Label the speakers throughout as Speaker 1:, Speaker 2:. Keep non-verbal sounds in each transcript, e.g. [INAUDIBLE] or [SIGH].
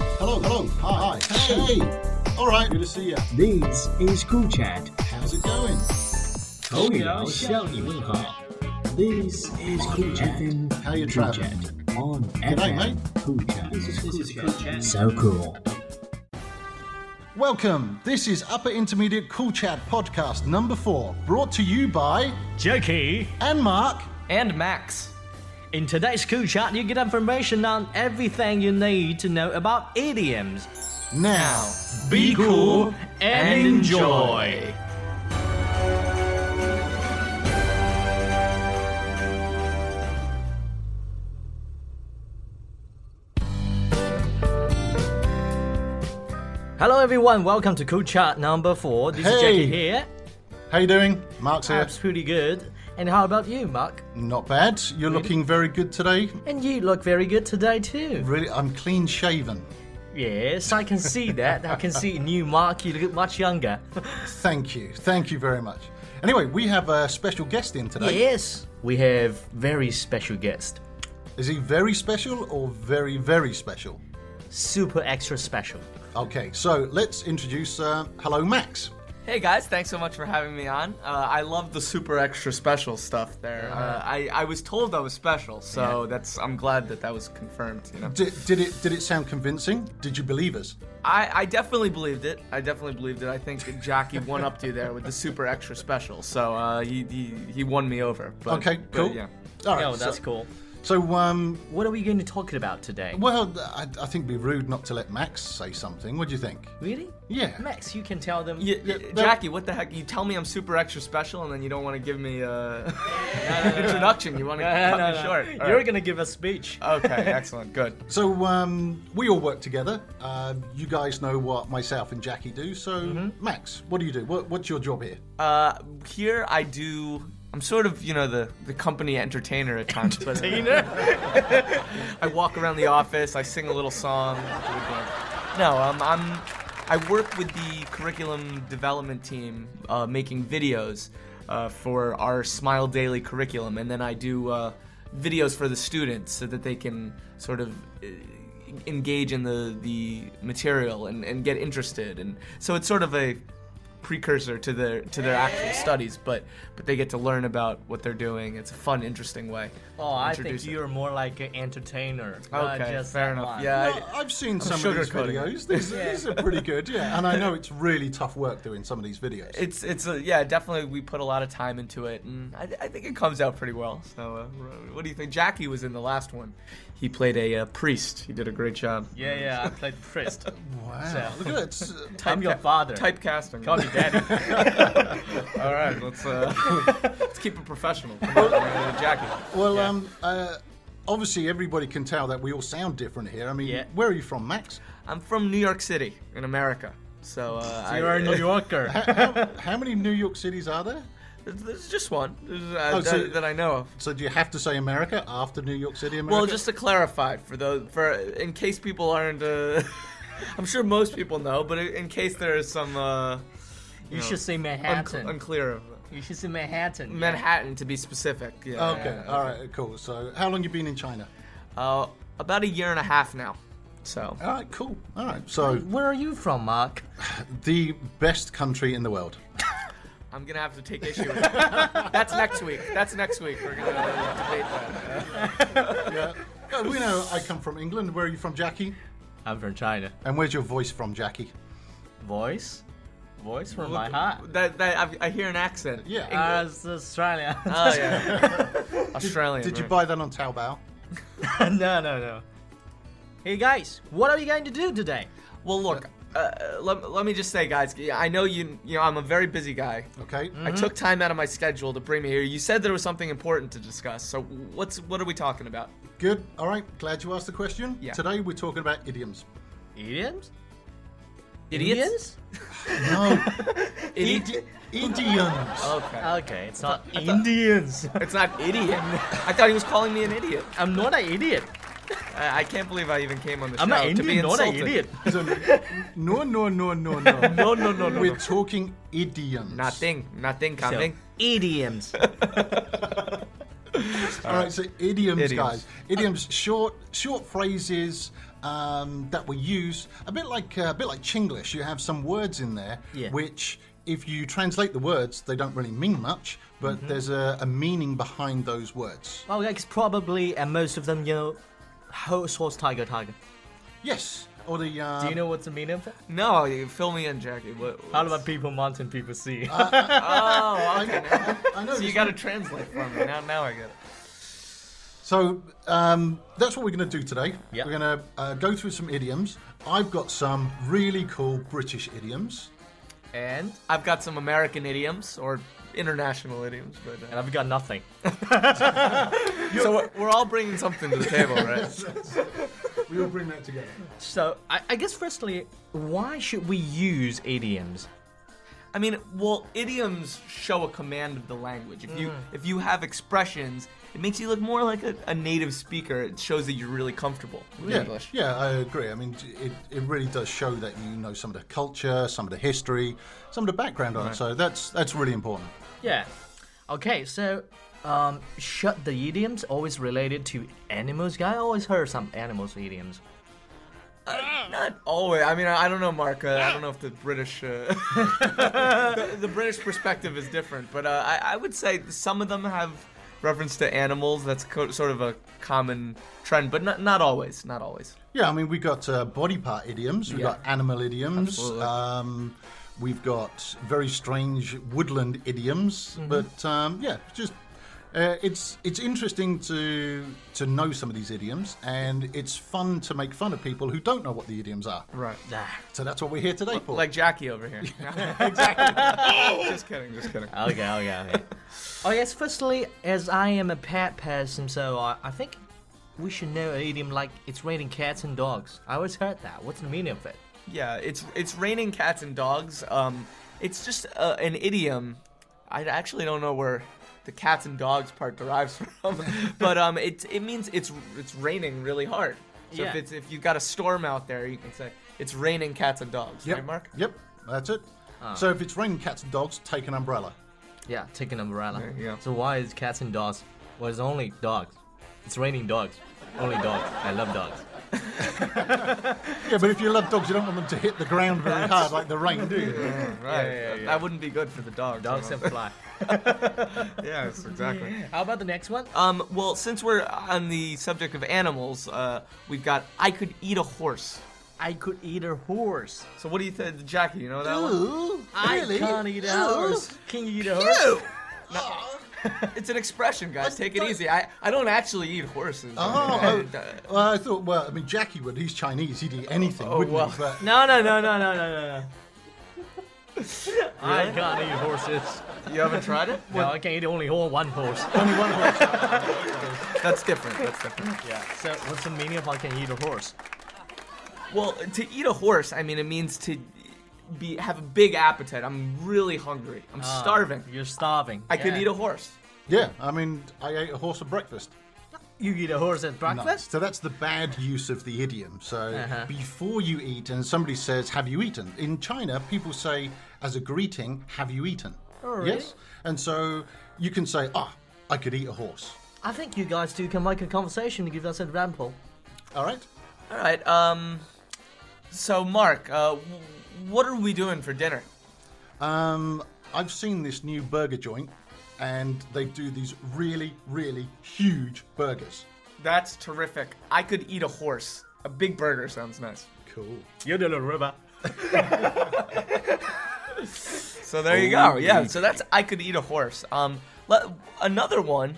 Speaker 1: hello, hello. Hi, hi. Hey. All right. Good to see you.
Speaker 2: This is Cool Chat，
Speaker 1: How's it going?
Speaker 2: 口语聊向你问好。This is Cool Chat，
Speaker 1: How you
Speaker 2: Cool
Speaker 1: traveling?
Speaker 2: Chat on
Speaker 1: G'day,
Speaker 2: FM
Speaker 1: mate.
Speaker 2: Cool Chat. So cool.
Speaker 1: Welcome. This is Upper Intermediate Cool Chat podcast number four, brought to you by
Speaker 3: Jackie.
Speaker 1: and Mark.
Speaker 3: And Max. In today's cool chat, you get information on everything you need to know about idioms.
Speaker 1: Now,
Speaker 3: Be cool and enjoy. Hello everyone, welcome to Cool Chat number four. This
Speaker 1: Hey.
Speaker 3: is Jackie here.
Speaker 1: How you doing? Mark's here.
Speaker 3: That's pretty good. And how about you, Mark?
Speaker 1: Not bad. You're looking very good today.
Speaker 3: And you look very good today too.
Speaker 1: Really, I'm clean shaven.
Speaker 3: Yes, I can see that. I can see new Mark. You look much [LAUGHS] younger.
Speaker 1: Thank you. Thank you very much. Anyway, we have a special guest in today.
Speaker 3: yes, we have very special guest.
Speaker 1: Is he very special or very, very special?
Speaker 3: Super extra special.
Speaker 1: Okay, so let's introduce. Uh, hello, Max.
Speaker 4: Hey guys, thanks so much for having me on. Uh, I love the super extra special stuff there. Uh, I, I was told I was special, so that's I'm glad that that was confirmed. You know,
Speaker 1: Did, did it did it sound convincing? Did you believe us?
Speaker 4: I, I definitely believed it. I definitely believed it. I think Jockey won up to you there with the super extra special, so uh, he, he he won me over. But,
Speaker 1: Okay,
Speaker 4: but
Speaker 1: cool.
Speaker 4: yeah.
Speaker 1: All right.
Speaker 3: Oh, that's
Speaker 1: so,
Speaker 3: cool.
Speaker 1: So, um,
Speaker 3: What are we going to talk about today?
Speaker 1: well, I, I think it'd be rude not to let Max say something. What do you think?
Speaker 3: Really?
Speaker 1: Yeah.
Speaker 3: Max, you can tell them.
Speaker 4: Y- y-
Speaker 1: no.
Speaker 4: Jackie, what the heck? You tell me I'm super extra special, and then you don't want to give
Speaker 3: [LAUGHS]
Speaker 4: me uh, an introduction. You want to
Speaker 3: [LAUGHS] No,
Speaker 4: cut
Speaker 3: no,
Speaker 4: me
Speaker 3: no.
Speaker 4: short. All
Speaker 3: You're
Speaker 4: right.
Speaker 3: going to give a speech.
Speaker 4: Okay,
Speaker 3: [LAUGHS]
Speaker 4: excellent, good.
Speaker 1: So, um, we all work together. Uh, you guys know what myself and Jackie do. So,
Speaker 4: Mm-hmm.
Speaker 1: Max, what do you do? What, what's your job here?
Speaker 4: Uh, here I do. I'm sort of, you know, the, the company entertainer at times. uh, Entertainer? I walk around the office. I sing a little song. No, um, I'm. I work with the curriculum development team, uh, making videos uh, for our Smile Daily curriculum, and then I do uh, videos for the students so that they can sort of uh, engage in the the material and, and get interested, and so it's sort of a precursor to their to their actual studies, but but they get to learn about what they're doing. It's a fun, interesting way.
Speaker 3: Oh, I
Speaker 4: Introduce
Speaker 3: think
Speaker 4: it.
Speaker 3: you're more like an entertainer. not
Speaker 4: Okay,
Speaker 3: just
Speaker 4: fair
Speaker 3: that
Speaker 4: enough.
Speaker 3: one.
Speaker 4: Yeah, I-
Speaker 1: Well, I've seen some of these
Speaker 4: sugarcoating it.
Speaker 1: videos.
Speaker 4: [LAUGHS]
Speaker 1: These, these are pretty good, yeah. And I know it's really tough work doing some of these videos.
Speaker 4: it's it's a, yeah definitely we put a lot of time into it and I, I think it comes out pretty well so uh, what do you think Jackie was in the last one he played a uh, priest he did a great job
Speaker 3: Yeah, yeah, I played priest.
Speaker 1: wow, look
Speaker 4: [LAUGHS]
Speaker 1: at it. It's, uh,
Speaker 3: [LAUGHS] I'm your father.
Speaker 4: typecasting
Speaker 3: Call me daddy.
Speaker 4: all right let's uh, [LAUGHS] let's keep it professional Uh, Jackie
Speaker 1: well,
Speaker 4: Yeah.
Speaker 1: um, uh, obviously everybody can tell that we all sound different here. I mean,
Speaker 3: Yeah.
Speaker 1: where are you from, Max?
Speaker 4: I'm from New York City in America so uh, [LAUGHS] I-
Speaker 3: You're a New Yorker.
Speaker 1: How, how many New York cities are there?
Speaker 4: [LAUGHS] there's just one There's, uh,
Speaker 1: Oh,
Speaker 4: that,
Speaker 1: so-
Speaker 4: that I know of
Speaker 1: So do you have to say America after New York City, America?
Speaker 4: Well, just to clarify for those, for in case people aren't, uh, [LAUGHS] I'm sure most people know, but in case there is some uh,
Speaker 3: You should say
Speaker 4: unc-
Speaker 3: Manhattan.
Speaker 4: unclear of
Speaker 3: you should say Manhattan. yeah.
Speaker 4: Manhattan to be specific. Yeah,
Speaker 1: Okay,
Speaker 4: yeah, yeah.
Speaker 1: all right, cool. So how long you been in China?
Speaker 4: Uh, about a year and a half now. So
Speaker 1: All right, cool. All right, so
Speaker 3: Where are you from, Mark?
Speaker 1: the best country in the world.
Speaker 4: I'm gonna have to take issue. with
Speaker 1: [LAUGHS]
Speaker 4: that. That's next week. That's next week. We're gonna debate that.
Speaker 1: Uh, we know I come from England. Where are you from, Jackie?
Speaker 3: I'm from China.
Speaker 1: And where's your voice from, Jackie?
Speaker 3: Voice? Voice from my heart.
Speaker 4: That, that I, I hear an accent.
Speaker 1: Yeah.
Speaker 3: Uh, it's Australia.
Speaker 4: Oh yeah. Australian.
Speaker 1: Did you
Speaker 4: right.
Speaker 1: buy that on Taobao?
Speaker 3: [LAUGHS] no, no, no. Hey guys, what are we going to do today?
Speaker 4: Well, look. Uh, let, let me just say, guys. I know you. You know, I'm a very busy guy.
Speaker 1: Okay.
Speaker 4: I
Speaker 3: Mm-hmm.
Speaker 4: took time out of my schedule to bring me here. You said there was something important to discuss. So what's what are we talking about?
Speaker 1: Good. All right. Glad you asked the question.
Speaker 4: Yeah.
Speaker 1: Today we're talking about idioms.
Speaker 3: Idioms?
Speaker 1: No.
Speaker 4: Idi-
Speaker 1: [LAUGHS] idioms.
Speaker 4: Okay.
Speaker 3: Okay, it's not Indians.
Speaker 4: It's not idiot. I thought he was calling me an idiot.
Speaker 3: I'm not an idiot.
Speaker 4: I, I can't believe I even came on the
Speaker 3: I'm
Speaker 4: show
Speaker 3: an
Speaker 4: to be
Speaker 3: Indian, not an
Speaker 4: insulted.
Speaker 3: idiot.
Speaker 1: So, [LAUGHS] no, no, no, no,
Speaker 4: [LAUGHS]
Speaker 1: no.
Speaker 3: No, no, no, no.
Speaker 1: We're talking idioms.
Speaker 4: Nothing. Nothing
Speaker 3: So,
Speaker 4: coming.
Speaker 3: idioms.
Speaker 1: All right. So idioms,
Speaker 3: Uh,
Speaker 4: Idioms.
Speaker 1: guys. Idioms, short, short phrases, um, that we use a bit like uh, a bit like Chinglish. You have some words in there
Speaker 3: Yeah.
Speaker 1: which, if you translate the words, they don't really mean much, but
Speaker 3: Mm-hmm.
Speaker 1: there's a, a meaning behind those words.
Speaker 3: Well, like probably, and most of them, you know, horse, horse, tiger, tiger. Um,
Speaker 1: Yes, or the uh,
Speaker 3: Do you know what's the meaning of that?
Speaker 4: No, you fill me in, Jackie. What,
Speaker 3: How about people mountain, people [LAUGHS] sea?
Speaker 4: Oh, [LAUGHS] okay. now.
Speaker 1: I
Speaker 3: [LAUGHS]
Speaker 1: know
Speaker 4: so you
Speaker 1: this
Speaker 4: got to translate for me. Now, now I get it.
Speaker 1: So um, that's what we're going to do today.
Speaker 3: Yeah.
Speaker 1: We're going to uh, go through some idioms. I've got some really cool British idioms.
Speaker 3: and
Speaker 4: I've got some American idioms or international idioms, but
Speaker 3: and
Speaker 4: uh,
Speaker 3: I've got nothing. [LAUGHS]
Speaker 4: so we're, we're all bringing something to the table,
Speaker 3: [LAUGHS]
Speaker 4: right?
Speaker 1: We will bring that together.
Speaker 3: So I, I guess firstly, why should we use idioms?
Speaker 4: I mean, well, idioms show a command of the language. If you if you have expressions, it makes you look more like a, a native speaker. It shows that you're really comfortable with
Speaker 1: Yeah,
Speaker 4: English.
Speaker 1: yeah, I agree. I mean, it, it really does show that you know some of the culture, some of the history, some of the background on it. So that's that's really important.
Speaker 3: Yeah. Okay, so um, should the idioms always related to animals? I always heard some animals idioms.
Speaker 4: Not always. I mean, I, I don't know, Mark. Uh, I don't know if the British [LAUGHS] uh, the, the British perspective is different, but uh, I, I would say some of them have reference to animals. That's co- sort of a common trend, but not not always. Not always.
Speaker 1: Yeah, I mean, we've got uh, body part idioms, we've
Speaker 4: Yeah.
Speaker 1: got animal idioms,
Speaker 4: Absolutely.
Speaker 1: um, we've got very strange woodland idioms.
Speaker 4: Mm-hmm.
Speaker 1: But um, yeah, just uh, it's it's interesting to to know some of these idioms, and it's fun to make fun of people who don't know what the idioms are.
Speaker 4: Right.
Speaker 3: Ah,
Speaker 1: So that's what we're here today for.
Speaker 4: Like Jackie over here. [LAUGHS] exactly. [LAUGHS] just kidding. Just kidding.
Speaker 3: okay, okay, [LAUGHS] okay. oh yes, firstly, as I am a pet person, so I, I think we should know an idiom like it's raining cats and dogs. I always heard that. What's the meaning of it?
Speaker 4: Yeah, it's it's raining cats and dogs. Um, it's just uh, an idiom. I actually don't know where the cats and dogs part derives [LAUGHS] from, but um, it it means it's it's raining really hard. So
Speaker 3: Yeah.
Speaker 4: if it's if you got a storm out there, you can say it's raining cats and dogs.
Speaker 1: yep,
Speaker 4: Right, Mark?
Speaker 1: Yep, that's it.
Speaker 3: Ah.
Speaker 1: So if it's raining cats and dogs, take an umbrella.
Speaker 3: Yeah, take an umbrella.
Speaker 4: There you go.
Speaker 3: So why is cats and dogs? Well, it's only dogs. It's raining dogs. Only dogs. I love dogs.
Speaker 1: Yeah, but if you love dogs, you don't want them to hit the ground very hard like the rain, do you?
Speaker 4: Right. That wouldn't be good for the dogs.
Speaker 3: Dogs and fly.
Speaker 4: [LAUGHS] yes, exactly.
Speaker 3: [LAUGHS] How about the next one?
Speaker 4: Um, well, since we're on the subject of animals, uh, we've got I could eat a horse.
Speaker 3: I could eat a horse.
Speaker 4: So what do you think, Jackie? You know that one?
Speaker 1: Ooh,
Speaker 3: I can't eat a horse. Can you eat a horse?
Speaker 4: Ew! It's an expression, guys. Take it easy. I, I don't actually eat horses.
Speaker 1: Oh,
Speaker 4: I mean,
Speaker 1: oh,
Speaker 3: uh,
Speaker 4: I-
Speaker 1: well, I thought. Well, I mean, Jackie would. He's Chinese. He'd eat anything,
Speaker 4: oh,
Speaker 1: wouldn't
Speaker 4: well.
Speaker 1: he? But
Speaker 3: No, no, no, no, no, no, no. no. [LAUGHS] I can't eat horses.
Speaker 4: you haven't tried it?
Speaker 3: No, I can eat only ho- one [LAUGHS] horse.
Speaker 1: only one horse.
Speaker 4: That's different. That's different.
Speaker 3: yeah. So what's the meaning of I can eat a horse?
Speaker 4: Well, to eat a horse, I mean, it means to be have a big appetite. I'm really hungry. I'm starving.
Speaker 3: You're starving.
Speaker 4: I could eat a horse.
Speaker 1: Yeah, I mean, I ate a horse at breakfast.
Speaker 3: You eat a horse at
Speaker 1: No.
Speaker 3: breakfast?
Speaker 1: So that's the bad use of the idiom. So
Speaker 3: Uh-huh.
Speaker 1: before you eat, and somebody says, "Have you eaten?" In China, people say as a greeting, "Have you eaten?"
Speaker 3: Oh, really?
Speaker 1: Yes. And so you can say, "Ah, I could eat a horse."
Speaker 3: I think you guys two can make a conversation to give us an example.
Speaker 1: All right.
Speaker 4: All right. Um. So, Mark, uh, w- what are we doing for dinner?
Speaker 1: Um, I've seen this new burger joint, and they do these really, really huge burgers.
Speaker 4: That's terrific. I could eat a horse. A big burger sounds nice.
Speaker 1: Cool.
Speaker 3: You're the river.
Speaker 4: So there you go. Yeah. So that's I could eat a horse. Um, let, another one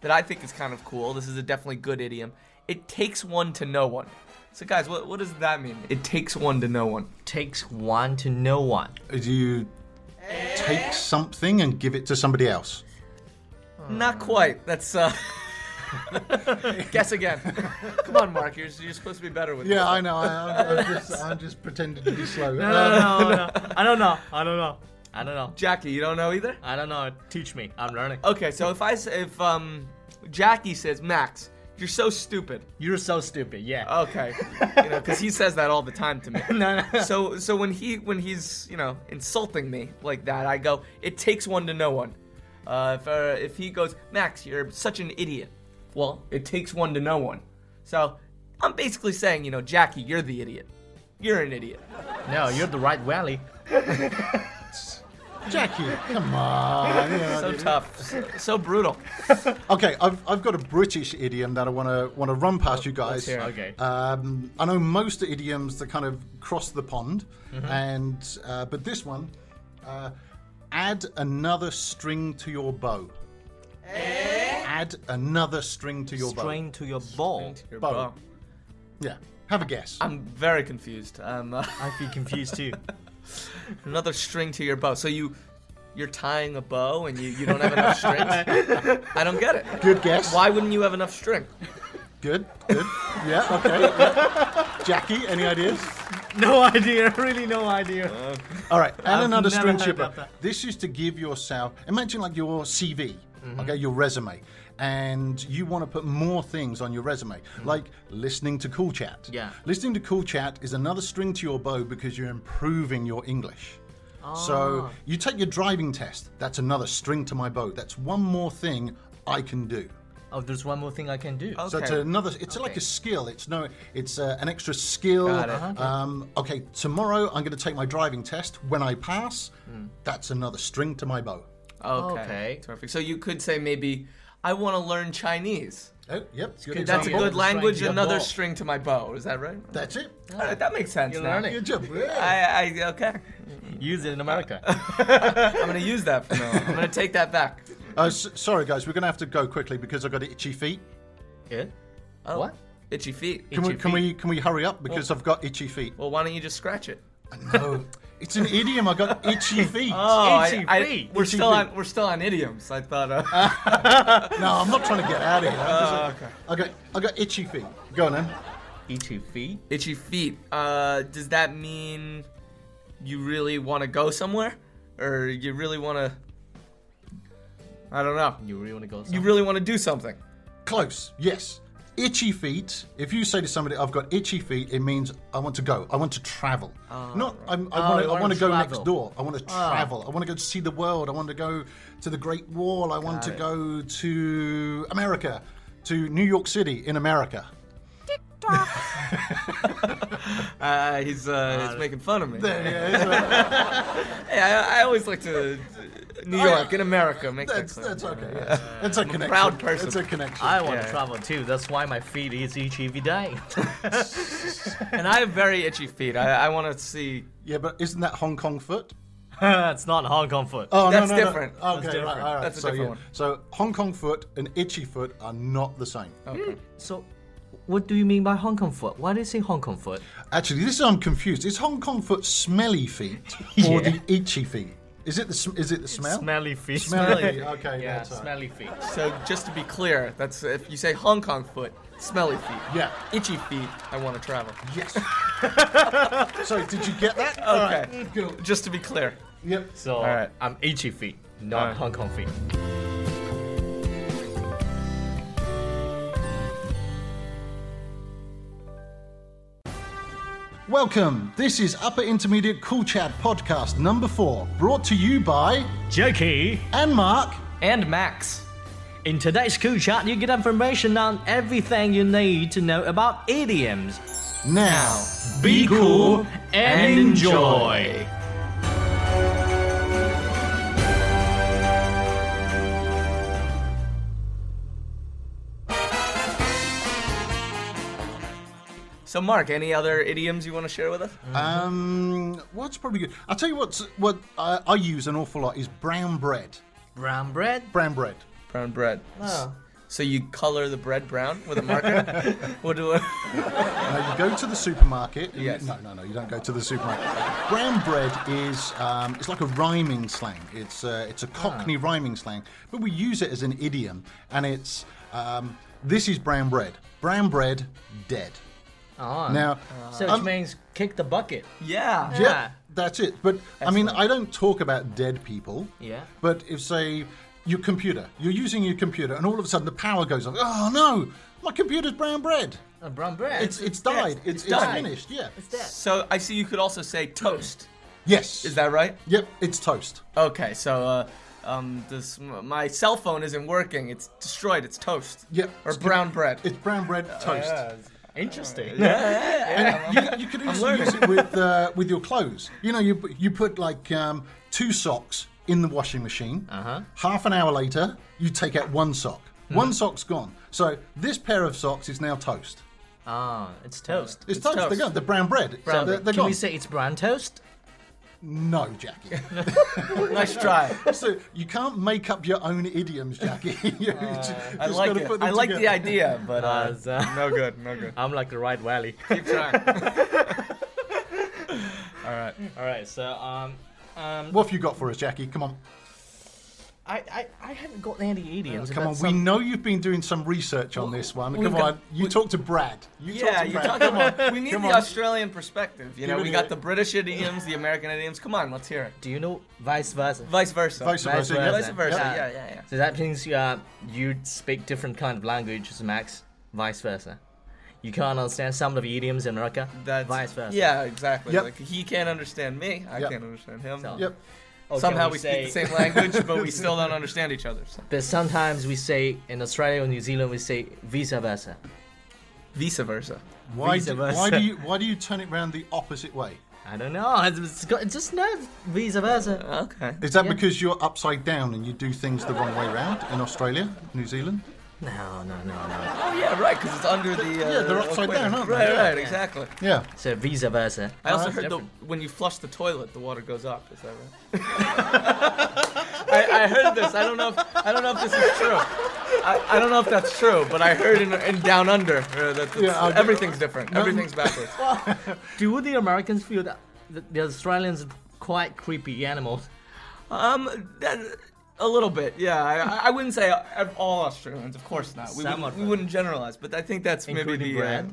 Speaker 4: that I think is kind of cool. This is a definitely good idiom. It takes one to know one. So guys, what what does that mean? It takes one to know one.
Speaker 3: Takes one to know one.
Speaker 1: Do you take something and give it to somebody else?
Speaker 4: Not quite. That's uh. [LAUGHS] Guess again. [LAUGHS] Come on, Mark. You're, you're supposed to be better with
Speaker 1: Yeah, I know. I, I'm, I'm, just, I'm just pretending to be slow.
Speaker 3: I
Speaker 1: Um,
Speaker 3: don't know. I [LAUGHS] don't know. I don't know. I don't know.
Speaker 4: this. Jackie, you don't know either.
Speaker 3: I don't know. Teach me. I'm learning.
Speaker 4: Okay. So if I s- if um Jackie says Max, you're so stupid.
Speaker 3: You're so stupid. Yeah.
Speaker 4: Okay. you know, because he says that all the time to me.
Speaker 3: [LAUGHS] No, no.
Speaker 4: [LAUGHS] So so when he when he's you know insulting me like that, I go, it takes one to know one. Uh, if uh, if he goes, Max, you're such an idiot. Well, it takes one to know one. So I'm basically saying, you know, Jackie, you're the idiot. You're an idiot.
Speaker 3: No, you're the right valley.
Speaker 1: Jackie, come on. you know,
Speaker 4: So tough, so, so brutal.
Speaker 1: Okay, I've, I've got a British idiom that I want to want to run past you guys.
Speaker 4: hear it.
Speaker 3: Okay. Uh,
Speaker 1: Um, I know most idioms that kind of cross the pond,
Speaker 4: Mm-hmm.
Speaker 1: and uh, but this one, uh, add another string to your bow. Add another string to your
Speaker 3: Strain to your ball.
Speaker 4: Your
Speaker 1: Bo.
Speaker 4: bow.
Speaker 1: bow. Yeah, have a guess.
Speaker 4: I'm very confused. Um, uh, [LAUGHS]
Speaker 3: I feel confused [LAUGHS] too.
Speaker 4: another string to your bow. So you, you're tying a bow and you, you don't have enough strings. I don't get it.
Speaker 1: good guess.
Speaker 4: Why wouldn't you have enough string?
Speaker 1: Good. Good. yeah. Okay. yeah. Jackie, any ideas?
Speaker 5: No
Speaker 3: [LAUGHS]
Speaker 5: idea. Really, no idea.
Speaker 3: Uh,
Speaker 1: All right, add another
Speaker 5: never
Speaker 1: string
Speaker 5: heard
Speaker 1: chipper.
Speaker 5: about that.
Speaker 1: This is to give yourself. Imagine like your CV,
Speaker 5: Mm-hmm.
Speaker 1: okay, your resume, and you want to put more things on your resume,
Speaker 5: Mm-hmm.
Speaker 1: like listening to Cool Chat.
Speaker 3: Yeah.
Speaker 1: listening to Cool Chat is another string to your bow because you're improving your English.
Speaker 5: Ah.
Speaker 1: So you take your driving test. That's another string to my bow. That's one more thing I can do.
Speaker 3: Oh, there's one more thing I can do.
Speaker 1: So it's
Speaker 4: Okay.
Speaker 1: another. It's like a skill. It's no. It's uh, an extra skill.
Speaker 4: Got it. Uh-huh.
Speaker 1: Um, okay. Tomorrow I'm going to take my driving test. When I pass,
Speaker 4: Hmm.
Speaker 1: that's another string to my bow.
Speaker 4: Okay.
Speaker 3: Okay.
Speaker 4: Terrific. So you could say maybe, I want to learn Chinese.
Speaker 1: Oh, yep. Good
Speaker 3: good.
Speaker 4: That's a
Speaker 1: example.
Speaker 4: good language.
Speaker 3: string to your
Speaker 4: Another
Speaker 3: bow.
Speaker 4: string to my bow. Is that right?
Speaker 1: That's it.
Speaker 4: All right, that makes sense.
Speaker 3: You're
Speaker 4: now.
Speaker 3: learning.
Speaker 1: Good job.
Speaker 4: I, I okay.
Speaker 3: Use it in [LAUGHS] America.
Speaker 4: I'm gonna use that for now. on. I'm gonna take that back.
Speaker 1: Uh, s- sorry guys, we're going to have to go quickly because I've got itchy feet.
Speaker 3: Good.
Speaker 4: Oh,
Speaker 3: What?
Speaker 4: Itchy feet.
Speaker 1: Can we
Speaker 3: Itchy
Speaker 1: can
Speaker 3: feet.
Speaker 1: we can we hurry up because I've got itchy feet.
Speaker 4: Well, why don't you just scratch it?
Speaker 1: No, it's an idiom. I got
Speaker 4: [LAUGHS]
Speaker 1: itchy feet.
Speaker 4: Oh, I-
Speaker 3: Itchy
Speaker 4: I-
Speaker 3: feet.
Speaker 4: we're
Speaker 1: Itchy
Speaker 4: still
Speaker 1: feet.
Speaker 4: on we're still on idioms. I thought. Uh,
Speaker 1: No, I'm not trying to get out of here.
Speaker 4: Oh,
Speaker 1: I'm just like- I got I got itchy feet. Go on then.
Speaker 3: Eat your feet.
Speaker 4: itchy feet. Uh, does that mean you really want to go somewhere, or you really want to? I don't know.
Speaker 3: You really want to go?
Speaker 4: You really want to do something.
Speaker 1: Close, yes. Itchy feet. If you say to somebody, "I've got itchy feet," it means I want to go. I want to travel.
Speaker 4: Ah,
Speaker 1: Not I'm, I
Speaker 3: Oh,
Speaker 1: want to.
Speaker 3: you
Speaker 1: I
Speaker 3: wanna
Speaker 1: want to go
Speaker 3: travel.
Speaker 1: next door. I want to travel. I want to go see the world. I want to go to the Great Wall. I want to
Speaker 4: it.
Speaker 1: go to America, to New York City in America.
Speaker 4: Uh, he's uh, he's making fun of me.
Speaker 1: Yeah,
Speaker 4: Hey, I, I always like to New York in America. Make that
Speaker 1: Oh,
Speaker 4: [LAUGHS]
Speaker 1: that's
Speaker 4: clear.
Speaker 1: that's okay. It's, it's a connection.
Speaker 4: proud person.
Speaker 1: It's a connection.
Speaker 3: I want
Speaker 4: Yeah.
Speaker 3: to travel too. That's why my feet is each every [LAUGHS] day.
Speaker 4: and I have very itchy feet. I, I want to see.
Speaker 1: yeah, but isn't that Hong Kong foot?
Speaker 3: it's not Hong Kong foot.
Speaker 1: Oh,
Speaker 4: That's different.
Speaker 1: Okay,
Speaker 4: That's
Speaker 1: right, all right.
Speaker 4: That's a
Speaker 1: so,
Speaker 4: different
Speaker 1: yeah.
Speaker 4: one.
Speaker 1: So Hong Kong foot and itchy foot are not the same.
Speaker 3: So, what do you mean by Hong Kong foot? Why do you say Hong Kong foot?
Speaker 1: Actually, this I'm confused. Is Hong Kong foot smelly feet or the itchy feet? Is it the sm- is it the smell?
Speaker 3: Smelly feet.
Speaker 1: Smelly,
Speaker 3: [LAUGHS]
Speaker 1: okay,
Speaker 3: Yeah,
Speaker 1: that's right.
Speaker 3: smelly feet.
Speaker 4: So just to be clear, that's if you say Hong Kong foot, smelly feet.
Speaker 1: Yeah.
Speaker 4: Itchy feet. I want to travel.
Speaker 1: Yes. [LAUGHS] so did you get that?
Speaker 4: Okay.
Speaker 1: Cool.
Speaker 4: Just to be clear.
Speaker 1: Yep.
Speaker 3: So
Speaker 4: right.
Speaker 3: I'm itchy feet, not
Speaker 4: right.
Speaker 3: Hong Kong feet.
Speaker 1: Welcome. This is Upper Intermediate Cool Chat podcast number four, brought to you by
Speaker 5: Jackie.
Speaker 1: and Mark.
Speaker 4: And Max.
Speaker 3: In today's cool chat, you get information on everything you need to know about idioms.
Speaker 1: Now,
Speaker 3: Be cool and enjoy.
Speaker 4: So Mark, any other idioms you want to share with us?
Speaker 1: Uh, um, what's probably good? I'll tell you what's what I, I use an awful lot is brown bread.
Speaker 3: Brown bread.
Speaker 1: Brown bread.
Speaker 4: Brown bread. So you color the bread brown with
Speaker 1: [LAUGHS]
Speaker 4: a marker? what do I? [LAUGHS]
Speaker 1: Now you go to the supermarket. and-
Speaker 4: Yes.
Speaker 1: No, no, no. You don't go to the supermarket. Brown bread is um, it's like a rhyming slang. It's uh, it's a Cockney rhyming slang, but we use it as an idiom, and it's um, this is brown bread. Brown bread, dead.
Speaker 3: Oh.
Speaker 1: Now,
Speaker 3: So
Speaker 1: um,
Speaker 3: it means kick the bucket.
Speaker 4: Yeah.
Speaker 1: yeah, that's it. But I mean, I don't talk about dead people.
Speaker 3: Yeah.
Speaker 1: But if say your computer, you're using your computer, and all of a sudden the power goes off. Oh no, my computer's brown bread.
Speaker 3: Uh, brown bread.
Speaker 1: It's it's died. It's, it's,
Speaker 4: died.
Speaker 1: finished. Yeah.
Speaker 3: that.
Speaker 4: So I see you could also say toast.
Speaker 1: Yes.
Speaker 4: Is that right?
Speaker 1: Yep, it's toast.
Speaker 4: Okay. So uh, um, this my cell phone isn't working. It's destroyed. It's toast.
Speaker 1: Yep.
Speaker 4: Or brown bread.
Speaker 1: It's brown bread toast.
Speaker 3: Interesting.
Speaker 1: You, you could easily use it with uh, with your clothes. You know, you you put like um, two socks in the washing machine. Uh-huh. Half an hour later, you take out one sock. One sock's gone. So this pair of socks is now toast.
Speaker 3: [LAUGHS] Ah, it's toast.
Speaker 1: It's, toast. They're gone. The brown bread.
Speaker 3: Brown
Speaker 1: they're,
Speaker 3: bread.
Speaker 1: they're
Speaker 3: Can
Speaker 1: gone.
Speaker 3: we say it's brown toast?
Speaker 1: no, Jackie.
Speaker 4: nice
Speaker 1: [LAUGHS]
Speaker 4: try.
Speaker 1: so you can't make up your own idioms, Jackie. [LAUGHS] You just-
Speaker 4: I
Speaker 1: just
Speaker 4: like
Speaker 1: gotta
Speaker 4: it.
Speaker 1: put them
Speaker 4: I like the
Speaker 1: together.
Speaker 4: idea, but uh,
Speaker 3: Uh,
Speaker 4: [LAUGHS]
Speaker 3: [LAUGHS]
Speaker 4: no good, no good.
Speaker 3: I'm like the right
Speaker 1: [LAUGHS]
Speaker 3: valley.
Speaker 4: Keep trying.
Speaker 3: All right, so um, um,
Speaker 1: What have you got for us, Jackie? Come on.
Speaker 3: I, I, I haven't got any idioms.
Speaker 1: Come on,
Speaker 3: about
Speaker 1: we
Speaker 3: some-
Speaker 1: know you've been doing some research on this one. Come
Speaker 4: got-
Speaker 1: on, you talk to Brad. You
Speaker 4: Yeah,
Speaker 1: talk to
Speaker 4: you
Speaker 1: Brad.
Speaker 4: talk
Speaker 1: Come on. [LAUGHS]
Speaker 4: We need
Speaker 1: Come
Speaker 4: the
Speaker 1: on.
Speaker 4: Australian perspective. You know,
Speaker 1: Give it
Speaker 4: we
Speaker 1: a-
Speaker 4: got the British idioms, the American idioms. Come on, let's hear it.
Speaker 3: Do you know vice versa?
Speaker 4: Vice versa.
Speaker 1: Vice
Speaker 3: Vice
Speaker 1: versa, yeah.
Speaker 4: Vice versa.
Speaker 1: Yeah.
Speaker 4: Yeah, yeah, yeah.
Speaker 3: So that means you, uh, you speak different kind of languages, Max. Vice versa. You can't understand some of the idioms in America.
Speaker 4: That's
Speaker 3: vice versa.
Speaker 4: Yeah, exactly.
Speaker 1: Yep.
Speaker 4: Like he can't understand me. I
Speaker 1: Yep.
Speaker 4: can't understand him.
Speaker 3: So-
Speaker 1: Yep.
Speaker 3: Or
Speaker 4: Somehow
Speaker 3: can
Speaker 4: we,
Speaker 3: say,
Speaker 4: speak the same language, but we still don't understand each other. So.
Speaker 3: But sometimes we say in Australia or New Zealand we say vice versa.
Speaker 4: Vice versa.
Speaker 1: Why
Speaker 3: Vice
Speaker 1: do,
Speaker 3: versa.
Speaker 1: why do you why do you turn it round the opposite way?
Speaker 3: I don't know. It's, it's got, it's just no vice versa.
Speaker 4: Okay.
Speaker 1: Is that
Speaker 3: Yeah.
Speaker 1: because you're upside down and you do things the wrong way round in Australia, New Zealand?
Speaker 3: No, no, no, no.
Speaker 4: Oh yeah, right. Because it's under the. Uh,
Speaker 1: Yeah, they're upside
Speaker 4: equator.
Speaker 1: down, aren't they?
Speaker 4: Right,
Speaker 1: Yeah.
Speaker 4: right, exactly.
Speaker 1: Yeah.
Speaker 3: So vice versa.
Speaker 4: I also
Speaker 1: that's
Speaker 4: heard the,
Speaker 3: different.
Speaker 4: when you flush the toilet, the water goes up. Is that right? [LAUGHS] I, I heard this. I don't know. If, I don't know if this is true. I, I don't know if that's true, but I heard in, in Down Under uh, that
Speaker 1: Yeah, I'll-
Speaker 4: everything's different.
Speaker 1: [LAUGHS]
Speaker 4: Everything's backwards.
Speaker 3: Do the Americans feel that the, the Australians are quite creepy animals?
Speaker 4: Um, that, a little bit, yeah. I, I- I wouldn't say of all Australians, of course not. We,
Speaker 3: Some
Speaker 4: wouldn't,
Speaker 3: of
Speaker 4: we
Speaker 3: them.
Speaker 4: wouldn't generalize, but I think that's maybe
Speaker 3: Including
Speaker 4: the. uh,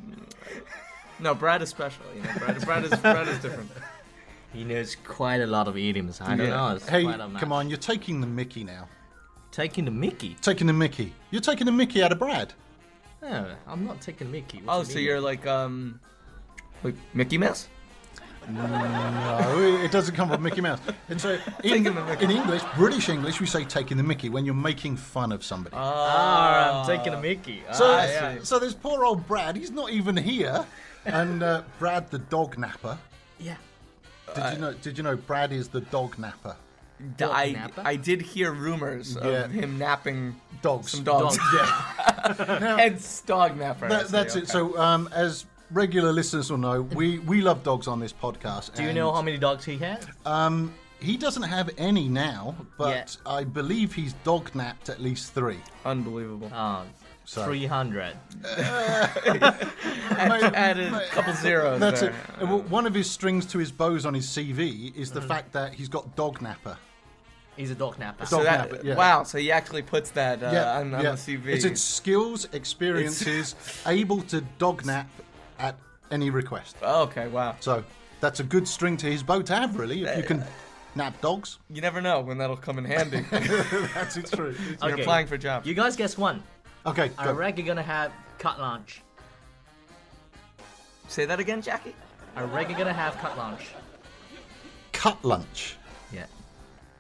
Speaker 4: no, Brad is special. You know, Brad, Brad is Brad is different.
Speaker 3: He knows quite a lot of idioms. I don't
Speaker 4: Yeah.
Speaker 3: know. It's
Speaker 1: Hey,
Speaker 3: quite a match.
Speaker 1: come on, you're taking the Mickey now.
Speaker 3: Taking the Mickey.
Speaker 1: Taking the Mickey. You're taking the Mickey out of Brad.
Speaker 3: No, I'm not taking Mickey. What
Speaker 4: Oh,
Speaker 3: do you
Speaker 4: so
Speaker 3: mean?
Speaker 4: you're like um, like Mickey Mouse?
Speaker 1: No, it- it doesn't come from Mickey Mouse. And so in,
Speaker 4: Taking the Mickey.
Speaker 1: in English, British English, we say taking the Mickey when you're making fun of somebody.
Speaker 3: Ah, I'm taking a Mickey.
Speaker 1: So,
Speaker 3: Ah,
Speaker 4: yeah.
Speaker 1: Uh, so there's poor old Brad. He's not even here. And uh, Brad, the dog napper.
Speaker 3: yeah.
Speaker 1: Did
Speaker 3: Uh,
Speaker 1: you know? Did you know Brad is the dog napper?
Speaker 3: Dog
Speaker 4: I,
Speaker 3: napper?
Speaker 4: I did hear rumors
Speaker 1: Yeah.
Speaker 4: of him napping
Speaker 1: Dogs.
Speaker 4: some
Speaker 1: [LAUGHS]
Speaker 4: dogs.
Speaker 3: [LAUGHS]
Speaker 1: Yeah.
Speaker 4: [LAUGHS]
Speaker 1: Now,
Speaker 4: Hence, dog napper. I
Speaker 1: that,
Speaker 4: see,
Speaker 1: that's
Speaker 4: okay.
Speaker 1: it. So, um, as regular listeners will know, we we love dogs on this podcast.
Speaker 3: Do you know how many dogs he has?
Speaker 1: He doesn't have any now, but
Speaker 3: Yeah.
Speaker 1: I believe he's dog napped at least three.
Speaker 4: unbelievable.
Speaker 1: Uh,
Speaker 3: Oh,
Speaker 1: So-
Speaker 3: 300. [LAUGHS]
Speaker 1: Mate,
Speaker 4: Added a
Speaker 1: [LAUGHS]
Speaker 4: couple zeros.
Speaker 1: That's
Speaker 4: there.
Speaker 1: it. Uh, well, One of his strings to his bows on his CV is
Speaker 3: Mm.
Speaker 1: the fact that he's got dog napper.
Speaker 3: He's a dog napper.
Speaker 1: Dog
Speaker 4: So that,
Speaker 1: napper, yeah.
Speaker 4: Wow, so he actually puts that uh,
Speaker 1: yeah,
Speaker 4: on, on
Speaker 1: yeah.
Speaker 4: the CV.
Speaker 1: It's its skills, experiences, [LAUGHS] able to dog nap at any request.
Speaker 4: Oh, Okay, wow.
Speaker 1: So that's a good string to his bow to have, really. If you can nap dogs, [LAUGHS]
Speaker 4: You never know when that'll come in handy.
Speaker 1: that's it. True.
Speaker 4: You're
Speaker 3: Okay.
Speaker 4: applying for jobs.
Speaker 3: You guys guess one.
Speaker 1: Okay,
Speaker 3: I
Speaker 1: go.
Speaker 3: reckon you're gonna have cut lunch.
Speaker 4: Say that again, Jackie?
Speaker 3: I reckon you're gonna have cut lunch.
Speaker 1: cut lunch.
Speaker 3: Yeah.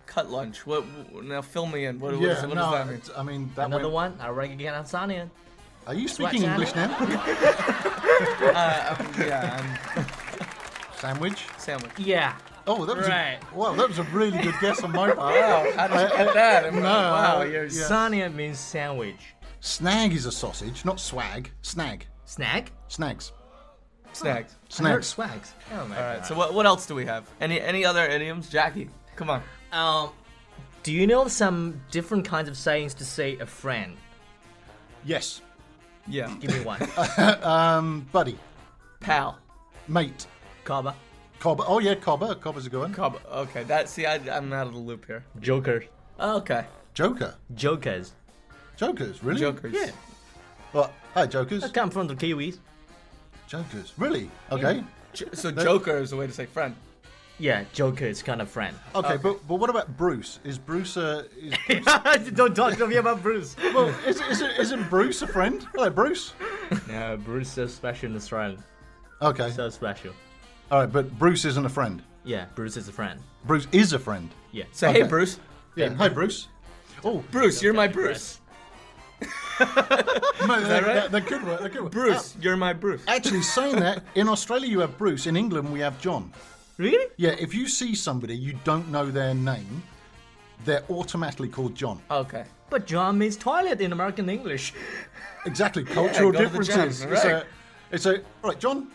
Speaker 4: Cut lunch. What? what- Now fill me in. What, what,
Speaker 1: yeah,
Speaker 4: does, what
Speaker 1: no,
Speaker 4: does that mean?
Speaker 1: I mean that
Speaker 3: Another
Speaker 1: went-
Speaker 3: one. I reckon you're gonna have Sanya.
Speaker 1: Are you speaking English
Speaker 3: Sandwich. [LAUGHS]
Speaker 1: now?
Speaker 4: yeah, um,
Speaker 1: Sandwich.
Speaker 4: sandwich.
Speaker 3: Yeah.
Speaker 1: Oh, that was
Speaker 3: Right.
Speaker 1: a, wow. That was a really good guess on my part.
Speaker 4: [LAUGHS]
Speaker 1: Uh,
Speaker 4: Wow,
Speaker 1: [LAUGHS]
Speaker 4: how did you get that? I'm like, wow, you're
Speaker 1: Yeah.
Speaker 3: Sanya means sandwich.
Speaker 1: Snag is a sausage, not swag. Snag.
Speaker 3: Snag.
Speaker 1: Snags.
Speaker 3: I
Speaker 4: snagged.
Speaker 3: heard
Speaker 1: Snags.
Speaker 3: swags. Oh my
Speaker 4: All right.
Speaker 3: god.
Speaker 4: So what? What else do we have? Any any other idioms, Jackie? Come on.
Speaker 3: um, do you know some different kinds of sayings to say a friend?
Speaker 1: Yes.
Speaker 4: Yeah.
Speaker 3: Give me one.
Speaker 1: Buddy.
Speaker 4: Pal.
Speaker 1: Mate.
Speaker 3: Kaba.
Speaker 1: Cobb. Oh yeah, Cobber. Cobber's a good one.
Speaker 4: Cob. Okay. That. See, I, I'm out of the loop here.
Speaker 3: Joker.
Speaker 4: Okay.
Speaker 1: Joker.
Speaker 3: Oh, Jokers.
Speaker 1: Jokers. Really?
Speaker 4: Jokers.
Speaker 3: Yeah.
Speaker 1: Well, hi, Jokers.
Speaker 3: Come from the Kiwis.
Speaker 1: Jokers. Really? Okay.
Speaker 4: J- so Joker is a way to say friend.
Speaker 3: Yeah, Joker is kind of [LAUGHS] friend.
Speaker 1: Okay, but but what about Bruce? Is Bruce a is,
Speaker 3: Don't talk to me about Bruce.
Speaker 1: well, is, is, isn't Bruce a friend? Hello, Bruce.
Speaker 3: No, Bruce is so special in Australia.
Speaker 1: Okay,
Speaker 3: So special.
Speaker 1: all right, but Bruce isn't a friend.
Speaker 3: Yeah, Bruce is a friend.
Speaker 1: Bruce is a friend.
Speaker 3: Yeah.
Speaker 4: So
Speaker 1: Okay.
Speaker 4: hey, Bruce.
Speaker 1: Yeah. Hi, Bruce. Oh,
Speaker 4: Bruce, you're my Bruce.
Speaker 1: No, that,
Speaker 4: right?
Speaker 1: that, that could work. That could work.
Speaker 4: Bruce, you're my Bruce.
Speaker 1: Uh, actually, saying that, in Australia you have Bruce, in England we have John.
Speaker 4: Really?
Speaker 1: Yeah, if you see somebody you don't know their name, they're automatically called John.
Speaker 4: Okay.
Speaker 3: But John means toilet in American English.
Speaker 1: Exactly, cultural
Speaker 4: go to the gym,
Speaker 1: differences. It's
Speaker 4: right.
Speaker 1: a, it's a right, John.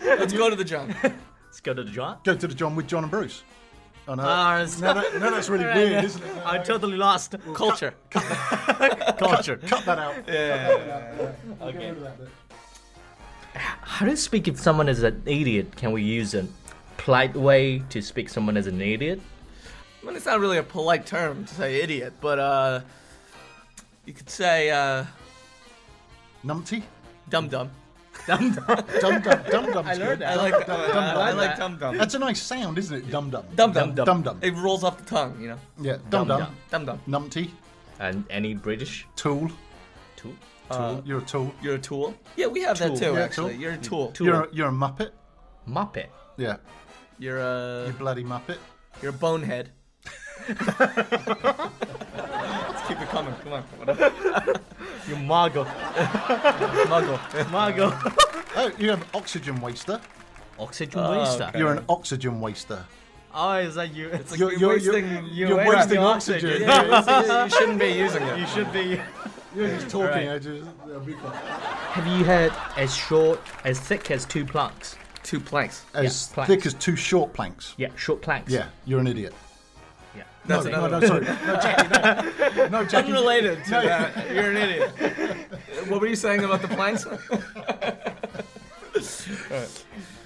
Speaker 4: Let's go to the John.
Speaker 3: Let's go to the John.
Speaker 1: Go to the John with John and Bruce. Oh no,
Speaker 3: Ah, it's-
Speaker 1: no, that- no, that's really weird, isn't it?
Speaker 3: I totally lost
Speaker 4: Culture.
Speaker 3: [LAUGHS] culture.
Speaker 1: Cut that out.
Speaker 3: How do you speak if someone is an idiot? Can we use a polite way to speak someone as an idiot?
Speaker 4: Well, it's not really a polite term to say idiot, but uh, you could say uh,
Speaker 1: Numpty.
Speaker 4: dum dum.
Speaker 1: Dum dum dum dum. I
Speaker 3: learned that.
Speaker 4: I like I like dum dum.
Speaker 1: That's a nice sound, isn't it? Dum dum.
Speaker 4: Dum dum
Speaker 1: Dum dum.
Speaker 4: It rolls off the tongue, you know.
Speaker 1: Yeah. Dum dum.
Speaker 3: dum.
Speaker 4: Dum dum.
Speaker 1: Numpty.
Speaker 3: And any British
Speaker 1: Tool.
Speaker 3: too?
Speaker 1: Tool. You're a tool.
Speaker 4: You're a tool. Yeah, we have that
Speaker 3: Tool.
Speaker 4: too.
Speaker 1: Yeah,
Speaker 4: actually,
Speaker 1: tool.
Speaker 4: you're a tool.
Speaker 1: You're a, you're a muppet.
Speaker 3: Muppet.
Speaker 1: Yeah.
Speaker 4: You're a
Speaker 1: You bloody muppet.
Speaker 4: you're a bonehead. Let's keep it coming. Come on. Whatever.
Speaker 3: You Margot.
Speaker 4: Muggle.
Speaker 3: Margot.
Speaker 1: Oh, you're an oxygen waster.
Speaker 3: Oxygen
Speaker 4: Oh,
Speaker 3: waster.
Speaker 4: okay.
Speaker 1: You're an oxygen waster.
Speaker 3: Oh, is that you?
Speaker 4: It's like
Speaker 1: You're-
Speaker 4: you're,
Speaker 1: you're- you're-
Speaker 4: wasting.
Speaker 1: you're wasting oxygen.
Speaker 4: [LAUGHS] Yeah, you're wasting- you shouldn't be using it.
Speaker 5: You should be.
Speaker 1: You're just talking.
Speaker 4: Right.
Speaker 1: I just- I'll be quiet.
Speaker 3: Have you had as short, as thick as two planks?
Speaker 4: Two planks.
Speaker 1: As
Speaker 3: planks.
Speaker 1: thick as two short planks.
Speaker 3: Yeah, short planks.
Speaker 1: Yeah, you're an idiot.
Speaker 3: Yeah.
Speaker 4: That's
Speaker 1: no, no,
Speaker 4: another.
Speaker 1: no, sorry.
Speaker 4: [LAUGHS]
Speaker 1: No, Jackie, no. No, Jackie.
Speaker 4: Unrelated to that. You're an idiot. [LAUGHS] what were you saying about the planks?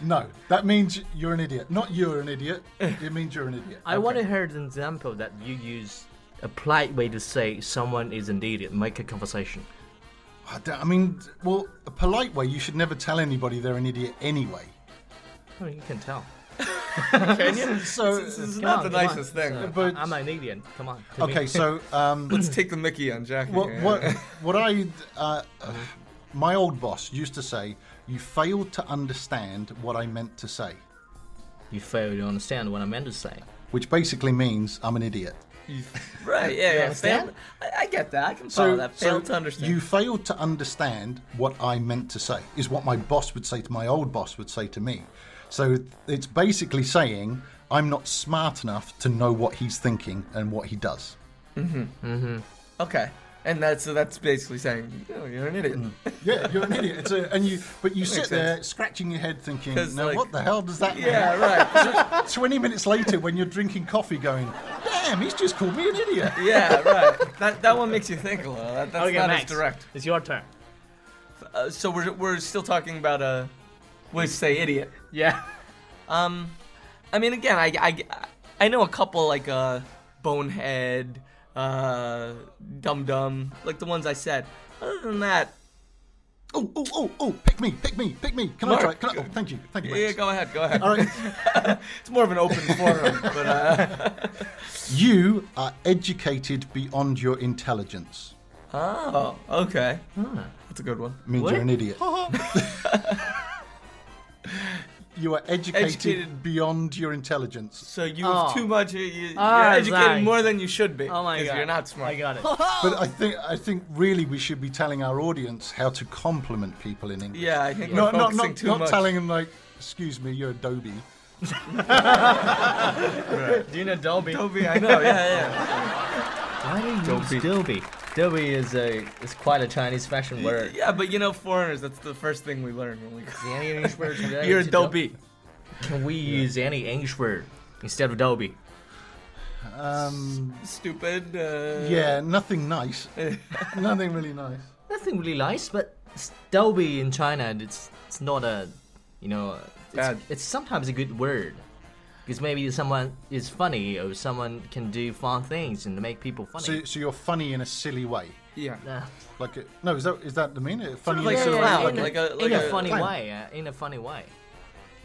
Speaker 1: No, that means you're an idiot. Not you're an
Speaker 4: [LAUGHS]
Speaker 1: idiot. It means you're an idiot.
Speaker 3: I want to hear an example that you use a polite way to say someone is an idiot. Make a conversation.
Speaker 1: I, don't- I mean, well, a polite way, you should never tell anybody they're an idiot anyway.
Speaker 3: Oh, you can [LAUGHS] tell. [LAUGHS]
Speaker 1: So,
Speaker 4: This is
Speaker 3: Come on,
Speaker 4: not
Speaker 3: come
Speaker 4: the
Speaker 3: on.
Speaker 4: nicest thing.
Speaker 3: So,
Speaker 1: But-
Speaker 3: I- I'm an idiot. Come on. to me.
Speaker 1: okay,
Speaker 4: [LAUGHS]
Speaker 1: so um,
Speaker 4: Let's take the Mickey on Jackie.
Speaker 1: what,
Speaker 4: here.
Speaker 1: what, what I,
Speaker 4: [LAUGHS]
Speaker 1: uh, uh, my old boss used to say, you failed to understand what I meant to say,
Speaker 3: You fail to understand what I meant to say.
Speaker 1: which basically means I'm an idiot.
Speaker 4: Right? Yeah, yeah.
Speaker 3: understand?
Speaker 4: Fail. I, I get that. I can follow that. Fail to understand.
Speaker 1: You failed to understand what I meant to say, is what my boss would say to my old boss would say to me. So it's basically saying, I'm not smart enough to know what he's thinking and what he does.
Speaker 4: Okay. And that's so that's basically saying you know, you're an idiot.
Speaker 1: Yeah, you're an idiot. It's a, and you, but you sit
Speaker 4: makes
Speaker 1: there scratching your head thinking,
Speaker 4: 'Cause,
Speaker 1: now
Speaker 4: like-
Speaker 1: what the hell does that mean?
Speaker 4: [LAUGHS]
Speaker 1: [LAUGHS]
Speaker 4: Yeah. Right.
Speaker 1: 20 minutes later, when you're drinking coffee, going, damn, he's just called me an idiot.
Speaker 4: yeah. Right. That that one makes you think a little. That, that's
Speaker 3: Okay,
Speaker 4: not
Speaker 3: Max.
Speaker 4: as direct.
Speaker 3: It's your turn.
Speaker 4: Uh, so we're we're still talking about uh, we say idiot.
Speaker 3: Yeah.
Speaker 4: Um, I mean, again, I, I, I know a couple like uh, Bonehead, uh, Dum Dum, like the ones I said. Other than that,
Speaker 1: Oh, oh, oh, oh, pick me, pick me, pick me. Can I
Speaker 4: Mark.
Speaker 1: try? it? Can I, oh, thank you, thank you.
Speaker 4: yeah,
Speaker 1: Max.
Speaker 4: go ahead, go ahead.
Speaker 1: All right.
Speaker 4: It's more of an open forum, but uh,
Speaker 1: You are educated beyond your intelligence.
Speaker 4: oh, okay, that's a good one.
Speaker 1: means
Speaker 3: What?
Speaker 1: you're an idiot. [LAUGHS] you are educated,
Speaker 4: Educated.
Speaker 1: beyond your intelligence.
Speaker 4: So you
Speaker 3: Oh.
Speaker 4: have too much. You, you,
Speaker 3: Ah,
Speaker 4: you're educated
Speaker 3: right.
Speaker 4: more than you should be.
Speaker 3: Oh my
Speaker 4: 'cause
Speaker 3: god.
Speaker 4: you're not smart.
Speaker 3: I got [LAUGHS] it.
Speaker 1: But I think I think really we should be telling our audience how to compliment people in English.
Speaker 4: Yeah, I think
Speaker 1: No,
Speaker 4: we're
Speaker 1: not
Speaker 4: focusing
Speaker 1: not,
Speaker 4: too
Speaker 1: not
Speaker 4: much.
Speaker 1: telling them like, excuse me, you're Adobe.
Speaker 3: Do you know Dolby?
Speaker 4: Toby, I know. [LAUGHS] Yeah, yeah.
Speaker 3: Why do you
Speaker 4: Dolby.
Speaker 3: use Dolby? Dolby is a is quite a Chinese fashion word.
Speaker 4: yeah, but you know, foreigners. That's the first thing we learn when we.
Speaker 3: [LAUGHS] Any English word related
Speaker 4: [LAUGHS] You're a
Speaker 3: to
Speaker 4: Dobie.
Speaker 3: Can we use any English word instead of Dolby?
Speaker 1: Um,
Speaker 4: Stupid. Uh,
Speaker 1: yeah, nothing
Speaker 4: [LAUGHS]
Speaker 1: nice. nothing really nice.
Speaker 3: Nothing really nice, but s- Dolby in China, it's it's not a, you know, it's,
Speaker 4: Bad.
Speaker 3: it's sometimes a good word. Because maybe someone is funny or someone can do fun things and make people funny.
Speaker 1: So, so you're funny in a silly way.
Speaker 4: Yeah. Oh,
Speaker 3: Uh,
Speaker 1: Like, it, no, is that is that the meaning? Funny
Speaker 4: like
Speaker 1: in a silly
Speaker 4: clown,
Speaker 1: way.
Speaker 3: in a,
Speaker 4: like a-
Speaker 3: in
Speaker 4: like
Speaker 3: a,
Speaker 4: a-
Speaker 3: funny
Speaker 1: clown.
Speaker 3: way, uh, in a funny way.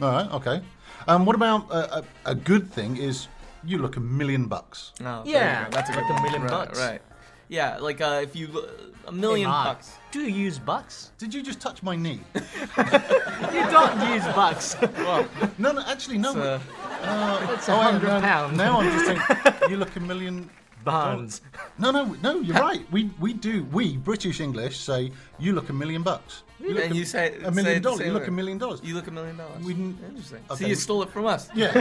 Speaker 1: All right, okay. Um, what about a, a, a good thing is you look a million bucks.
Speaker 4: No, there
Speaker 3: Yeah,
Speaker 4: you go. that's a
Speaker 3: like
Speaker 4: good
Speaker 3: a
Speaker 4: one.
Speaker 3: million
Speaker 4: right,
Speaker 3: bucks.
Speaker 4: Right. Yeah, like uh, if you uh, a million
Speaker 3: Hey, Mark,
Speaker 4: bucks.
Speaker 3: Do you use bucks?
Speaker 1: Did you just touch my
Speaker 4: [LAUGHS]
Speaker 1: knee?
Speaker 3: [LAUGHS] You don't use [LAUGHS] bucks.
Speaker 1: No, no, actually, no.
Speaker 4: So,
Speaker 1: uh,
Speaker 3: It's
Speaker 1: oh, hang
Speaker 3: a
Speaker 1: on,
Speaker 3: hundred
Speaker 1: no,
Speaker 3: pounds.
Speaker 4: [LAUGHS]
Speaker 1: Now I'm just saying, you look a million
Speaker 3: Bonds.
Speaker 1: No, no, no. You're right. We we do. We British English say you look a million bucks. You look
Speaker 4: and
Speaker 1: a-
Speaker 4: you say
Speaker 1: a
Speaker 4: say it
Speaker 1: million
Speaker 4: the
Speaker 1: dollars. You
Speaker 4: same
Speaker 1: look
Speaker 4: way.
Speaker 1: a million dollars.
Speaker 4: You look a million dollars.
Speaker 1: We didn't-
Speaker 4: Interesting. So
Speaker 1: Okay.
Speaker 4: you stole it from us.
Speaker 1: [LAUGHS] Yeah.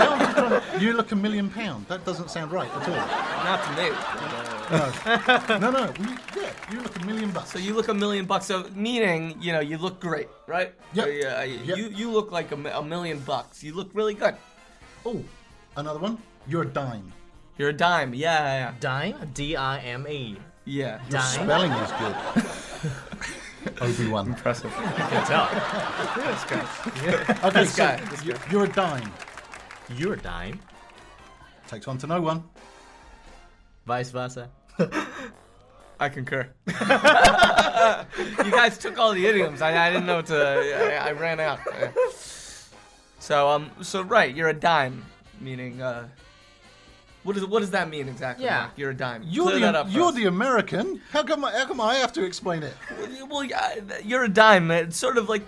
Speaker 1: Now I'm just trying to- you look a million pound. That doesn't sound right
Speaker 4: [LAUGHS]
Speaker 1: at
Speaker 4: Not
Speaker 1: [LAUGHS]
Speaker 4: to me.
Speaker 1: all. No, no. We, yeah, you look a million bucks.
Speaker 4: So you look a million bucks. So meaning, you know, you look great, right?
Speaker 1: Yep.
Speaker 4: So, yeah, I-
Speaker 1: Yep.
Speaker 4: You you look like a, mi- a million bucks. You look really good.
Speaker 1: oh, another one. You're a dime.
Speaker 4: You're a dime. Yeah, yeah,
Speaker 3: Dime? D I M E.
Speaker 4: yeah. yeah.
Speaker 3: Dime?
Speaker 1: Spelling is good. [LAUGHS] Obi Wan.
Speaker 4: Impressive.
Speaker 3: [LAUGHS] Can't tell.
Speaker 1: Okay,
Speaker 4: This guy.
Speaker 1: so
Speaker 4: This
Speaker 1: you-
Speaker 4: guy.
Speaker 1: you're a dime.
Speaker 3: You're a dime.
Speaker 1: Takes one to know one.
Speaker 3: Vice versa.
Speaker 4: I concur. [LAUGHS] you guys took all the idioms. I, I didn't know what to. I, I ran out. So um, so right, you're a dime, meaning uh, what does what does that mean exactly?
Speaker 3: Yeah.
Speaker 4: Mark? you're a dime.
Speaker 1: You're
Speaker 4: Clear
Speaker 1: the
Speaker 4: that up for
Speaker 1: you're
Speaker 4: us.
Speaker 1: the American. How come I- how come I have to explain it?
Speaker 4: well, yeah, you're a dime. It's sort of like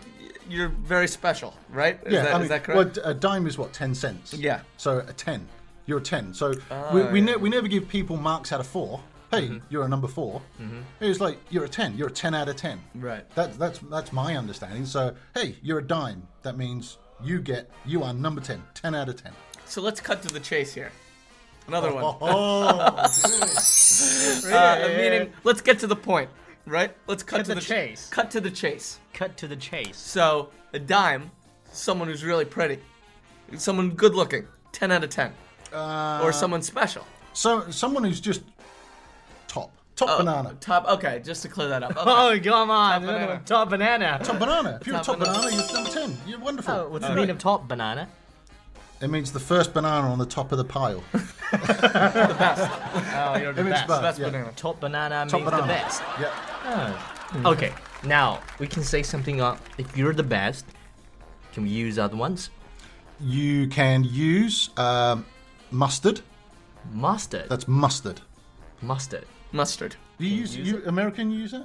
Speaker 4: you're very special, right? Is, that,
Speaker 1: I
Speaker 4: is
Speaker 1: mean,
Speaker 4: that correct?
Speaker 1: Well, a dime is what ten cents.
Speaker 4: Yeah. Oh.
Speaker 1: So a ten. You're a ten. So we we, ne- we never give people marks out of four. Hey,
Speaker 4: Mm-hmm.
Speaker 1: you're a number 4 It's like you're a ten. You're a ten out of ten.
Speaker 4: Right.
Speaker 1: That's that's that's my understanding. So hey, you're a dime. That means you get you are number 10 10 out of ten.
Speaker 4: So let's cut to the chase here. Another one.
Speaker 1: Oh,
Speaker 4: Uh, Meaning, let's get to the point, right? Let's cut
Speaker 5: Cut the
Speaker 4: to the ch-
Speaker 5: chase.
Speaker 4: Cut to the chase.
Speaker 3: Cut to the chase.
Speaker 4: So a dime, someone who's really pretty, someone good looking, ten out of ten,
Speaker 1: uh,
Speaker 4: or someone special.
Speaker 1: so someone who's just top top
Speaker 4: Oh,
Speaker 1: banana.
Speaker 4: Top. Okay, just to
Speaker 1: [LAUGHS]
Speaker 4: clear that up. Okay.
Speaker 3: Oh, come on.
Speaker 4: Top banana.
Speaker 3: Top banana.
Speaker 1: Top banana. If you're
Speaker 4: Top
Speaker 1: a top
Speaker 4: banana.
Speaker 1: banana, you're number ten. You're wonderful.
Speaker 3: Oh, what's the meaning of top banana?
Speaker 1: It means the first banana on the top of the pile.
Speaker 3: Oh, you're
Speaker 1: It means both,
Speaker 4: That's
Speaker 1: yeah.
Speaker 4: banana.
Speaker 3: Top banana
Speaker 1: Top
Speaker 3: means
Speaker 1: banana.
Speaker 3: the best.
Speaker 1: Yeah.
Speaker 3: Oh. Okay, now we can say something up. If you're the best, can we use other ones?
Speaker 1: You can use um, mustard.
Speaker 3: Mustard.
Speaker 1: That's mustard.
Speaker 3: Mustard.
Speaker 4: Mustard.
Speaker 1: Do you use, you American use it?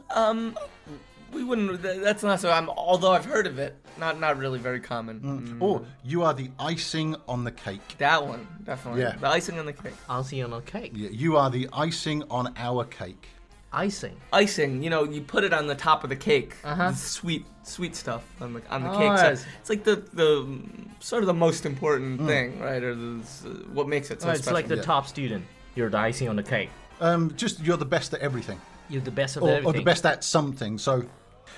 Speaker 4: We wouldn't. th- That's not so. I'm, although I've heard of it, not not really very common. Mm.
Speaker 1: or you are the icing on the cake.
Speaker 4: That one definitely.
Speaker 1: Yeah.
Speaker 4: The icing on the cake.
Speaker 3: Icing on a cake.
Speaker 1: Yeah, you are the icing on our cake.
Speaker 3: Icing.
Speaker 4: icing. You know, you put it on the top of the cake.
Speaker 3: Uh-huh.
Speaker 4: The Sweet, sweet stuff on the on the
Speaker 3: Oh,
Speaker 4: cake. So
Speaker 3: yes.
Speaker 4: it's like the the mm, sort of the most important
Speaker 1: Mm.
Speaker 4: thing, right? Or the, s- what makes it so
Speaker 3: Oh, it's
Speaker 4: special.
Speaker 3: like the
Speaker 1: yeah.
Speaker 3: top student. You're the icing on the cake.
Speaker 1: Um, just you're the best at everything,
Speaker 3: You're the best of
Speaker 1: or,
Speaker 3: everything.
Speaker 1: or the best at something. So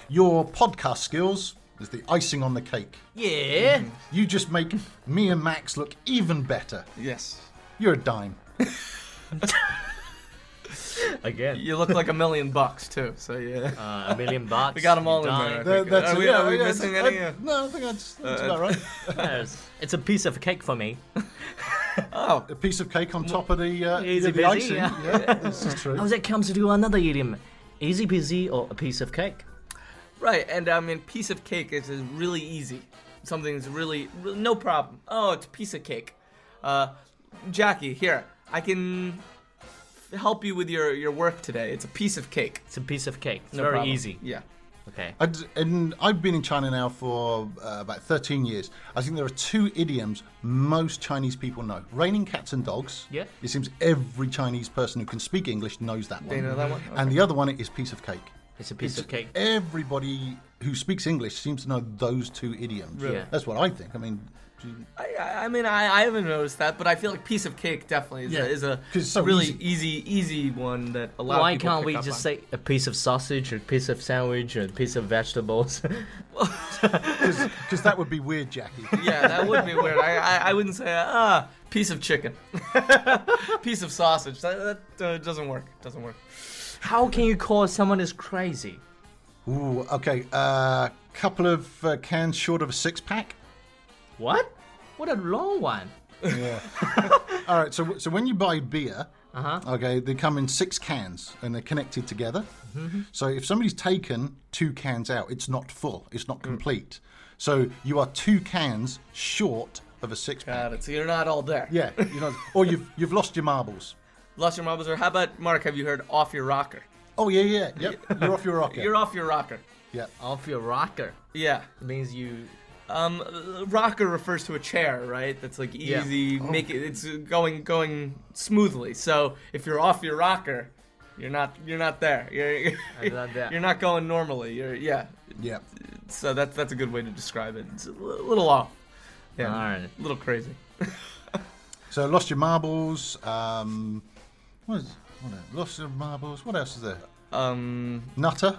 Speaker 1: your podcast skills is the icing on the cake.
Speaker 3: Yeah.
Speaker 1: You just make me and Max look even better.
Speaker 4: yes.
Speaker 1: You're a dime.
Speaker 3: Again.
Speaker 4: You look like a million bucks too. So yeah.
Speaker 3: Uh, a million bucks.
Speaker 4: We got 'em all in
Speaker 3: dime.
Speaker 4: there.
Speaker 1: That-
Speaker 4: Okay,
Speaker 1: that's
Speaker 4: are
Speaker 1: it,
Speaker 4: we-
Speaker 1: yeah,
Speaker 4: are we
Speaker 1: yeah,
Speaker 4: missing
Speaker 1: that's-
Speaker 4: any,
Speaker 1: I-
Speaker 4: uh,
Speaker 1: no, I think that's, that's about
Speaker 4: [LAUGHS]
Speaker 1: right.
Speaker 3: Yes. It's a piece of cake for me.
Speaker 4: oh,
Speaker 1: A piece of cake on top of the, uh,
Speaker 3: Easy
Speaker 1: yeah, the
Speaker 3: peasy, [LAUGHS]
Speaker 1: icing.
Speaker 3: yeah.
Speaker 1: yeah, this is true.
Speaker 3: Now that comes to another idiom. Easy peasy or a piece of cake.
Speaker 4: right. And I mean, piece of cake is, is really easy. Something that's really, really no problem. Oh, it's a piece of cake. Uh, Jackie, here I can help you with your your work today. It's a piece of cake.
Speaker 3: It's a piece of cake. It's
Speaker 4: No
Speaker 3: very
Speaker 4: problem.
Speaker 3: easy.
Speaker 4: Yeah. Uh,
Speaker 3: Okay.
Speaker 1: I'd, and I've been in China now for uh, about 13 years. I think there are two idioms most Chinese people know: raining cats and dogs.
Speaker 3: Yeah.
Speaker 1: It seems every Chinese person who can speak English knows that one.
Speaker 4: They know that one.
Speaker 1: And the other one is piece of cake.
Speaker 3: It's a piece of cake.
Speaker 1: Everybody who speaks English seems to know those two idioms.
Speaker 3: Really? Yeah.
Speaker 1: That's what I think. I mean,
Speaker 4: I- I, I mean, I, I haven't noticed that, but I feel like piece of cake definitely is
Speaker 1: Yeah,
Speaker 4: a, is a
Speaker 1: 'cause it's so
Speaker 4: really
Speaker 1: easy.
Speaker 4: easy. easy, one that a lot
Speaker 3: Why
Speaker 4: of people
Speaker 3: can't
Speaker 4: pick
Speaker 3: we
Speaker 4: up
Speaker 3: just
Speaker 4: on.
Speaker 3: say a piece of sausage, or a piece of sandwich, or a piece of vegetables? [LAUGHS]
Speaker 1: because that would be weird, Jackie.
Speaker 4: Yeah, that would be weird. I, I, I wouldn't say ah piece of chicken, [LAUGHS] piece of sausage. That, that uh, doesn't work. Doesn't work.
Speaker 3: How can you call someone is crazy?
Speaker 1: Ooh, okay. A uh, couple of uh, cans short of a six pack.
Speaker 3: What? What a long one.
Speaker 1: [LAUGHS] Yeah. All right. So so when you buy beer, okay, they come in six cans and they're connected together. So if somebody's taken two cans out, it's not full. It's not complete. So you are two cans short of a six pack.
Speaker 4: Got it. So you're not all there.
Speaker 1: Yeah. You know, or you've you've lost your marbles.
Speaker 4: Lost your marbles, or how about Mark? Have you heard off your rocker?
Speaker 1: Oh yeah yeah [LAUGHS] yep. You're off your rocker.
Speaker 4: You're off your rocker.
Speaker 1: yeah.
Speaker 3: Off your rocker
Speaker 4: Yeah.
Speaker 3: means you
Speaker 4: Um, uh, rocker refers to a chair, right? That's like
Speaker 3: Yeah.
Speaker 4: easy, make it, it's going going smoothly. So if you're off your rocker, you're not you're not there. You're
Speaker 3: I'm not there.
Speaker 4: [LAUGHS] you're not going normally. You're yeah.
Speaker 1: Yeah.
Speaker 4: So that's that's a good way to describe it. It's a li- little off. Yeah,
Speaker 3: Alright.
Speaker 4: a little crazy.
Speaker 1: So lost your marbles. Um, what is what else? lost your marbles? What else is there?
Speaker 4: Um,
Speaker 1: Nutter,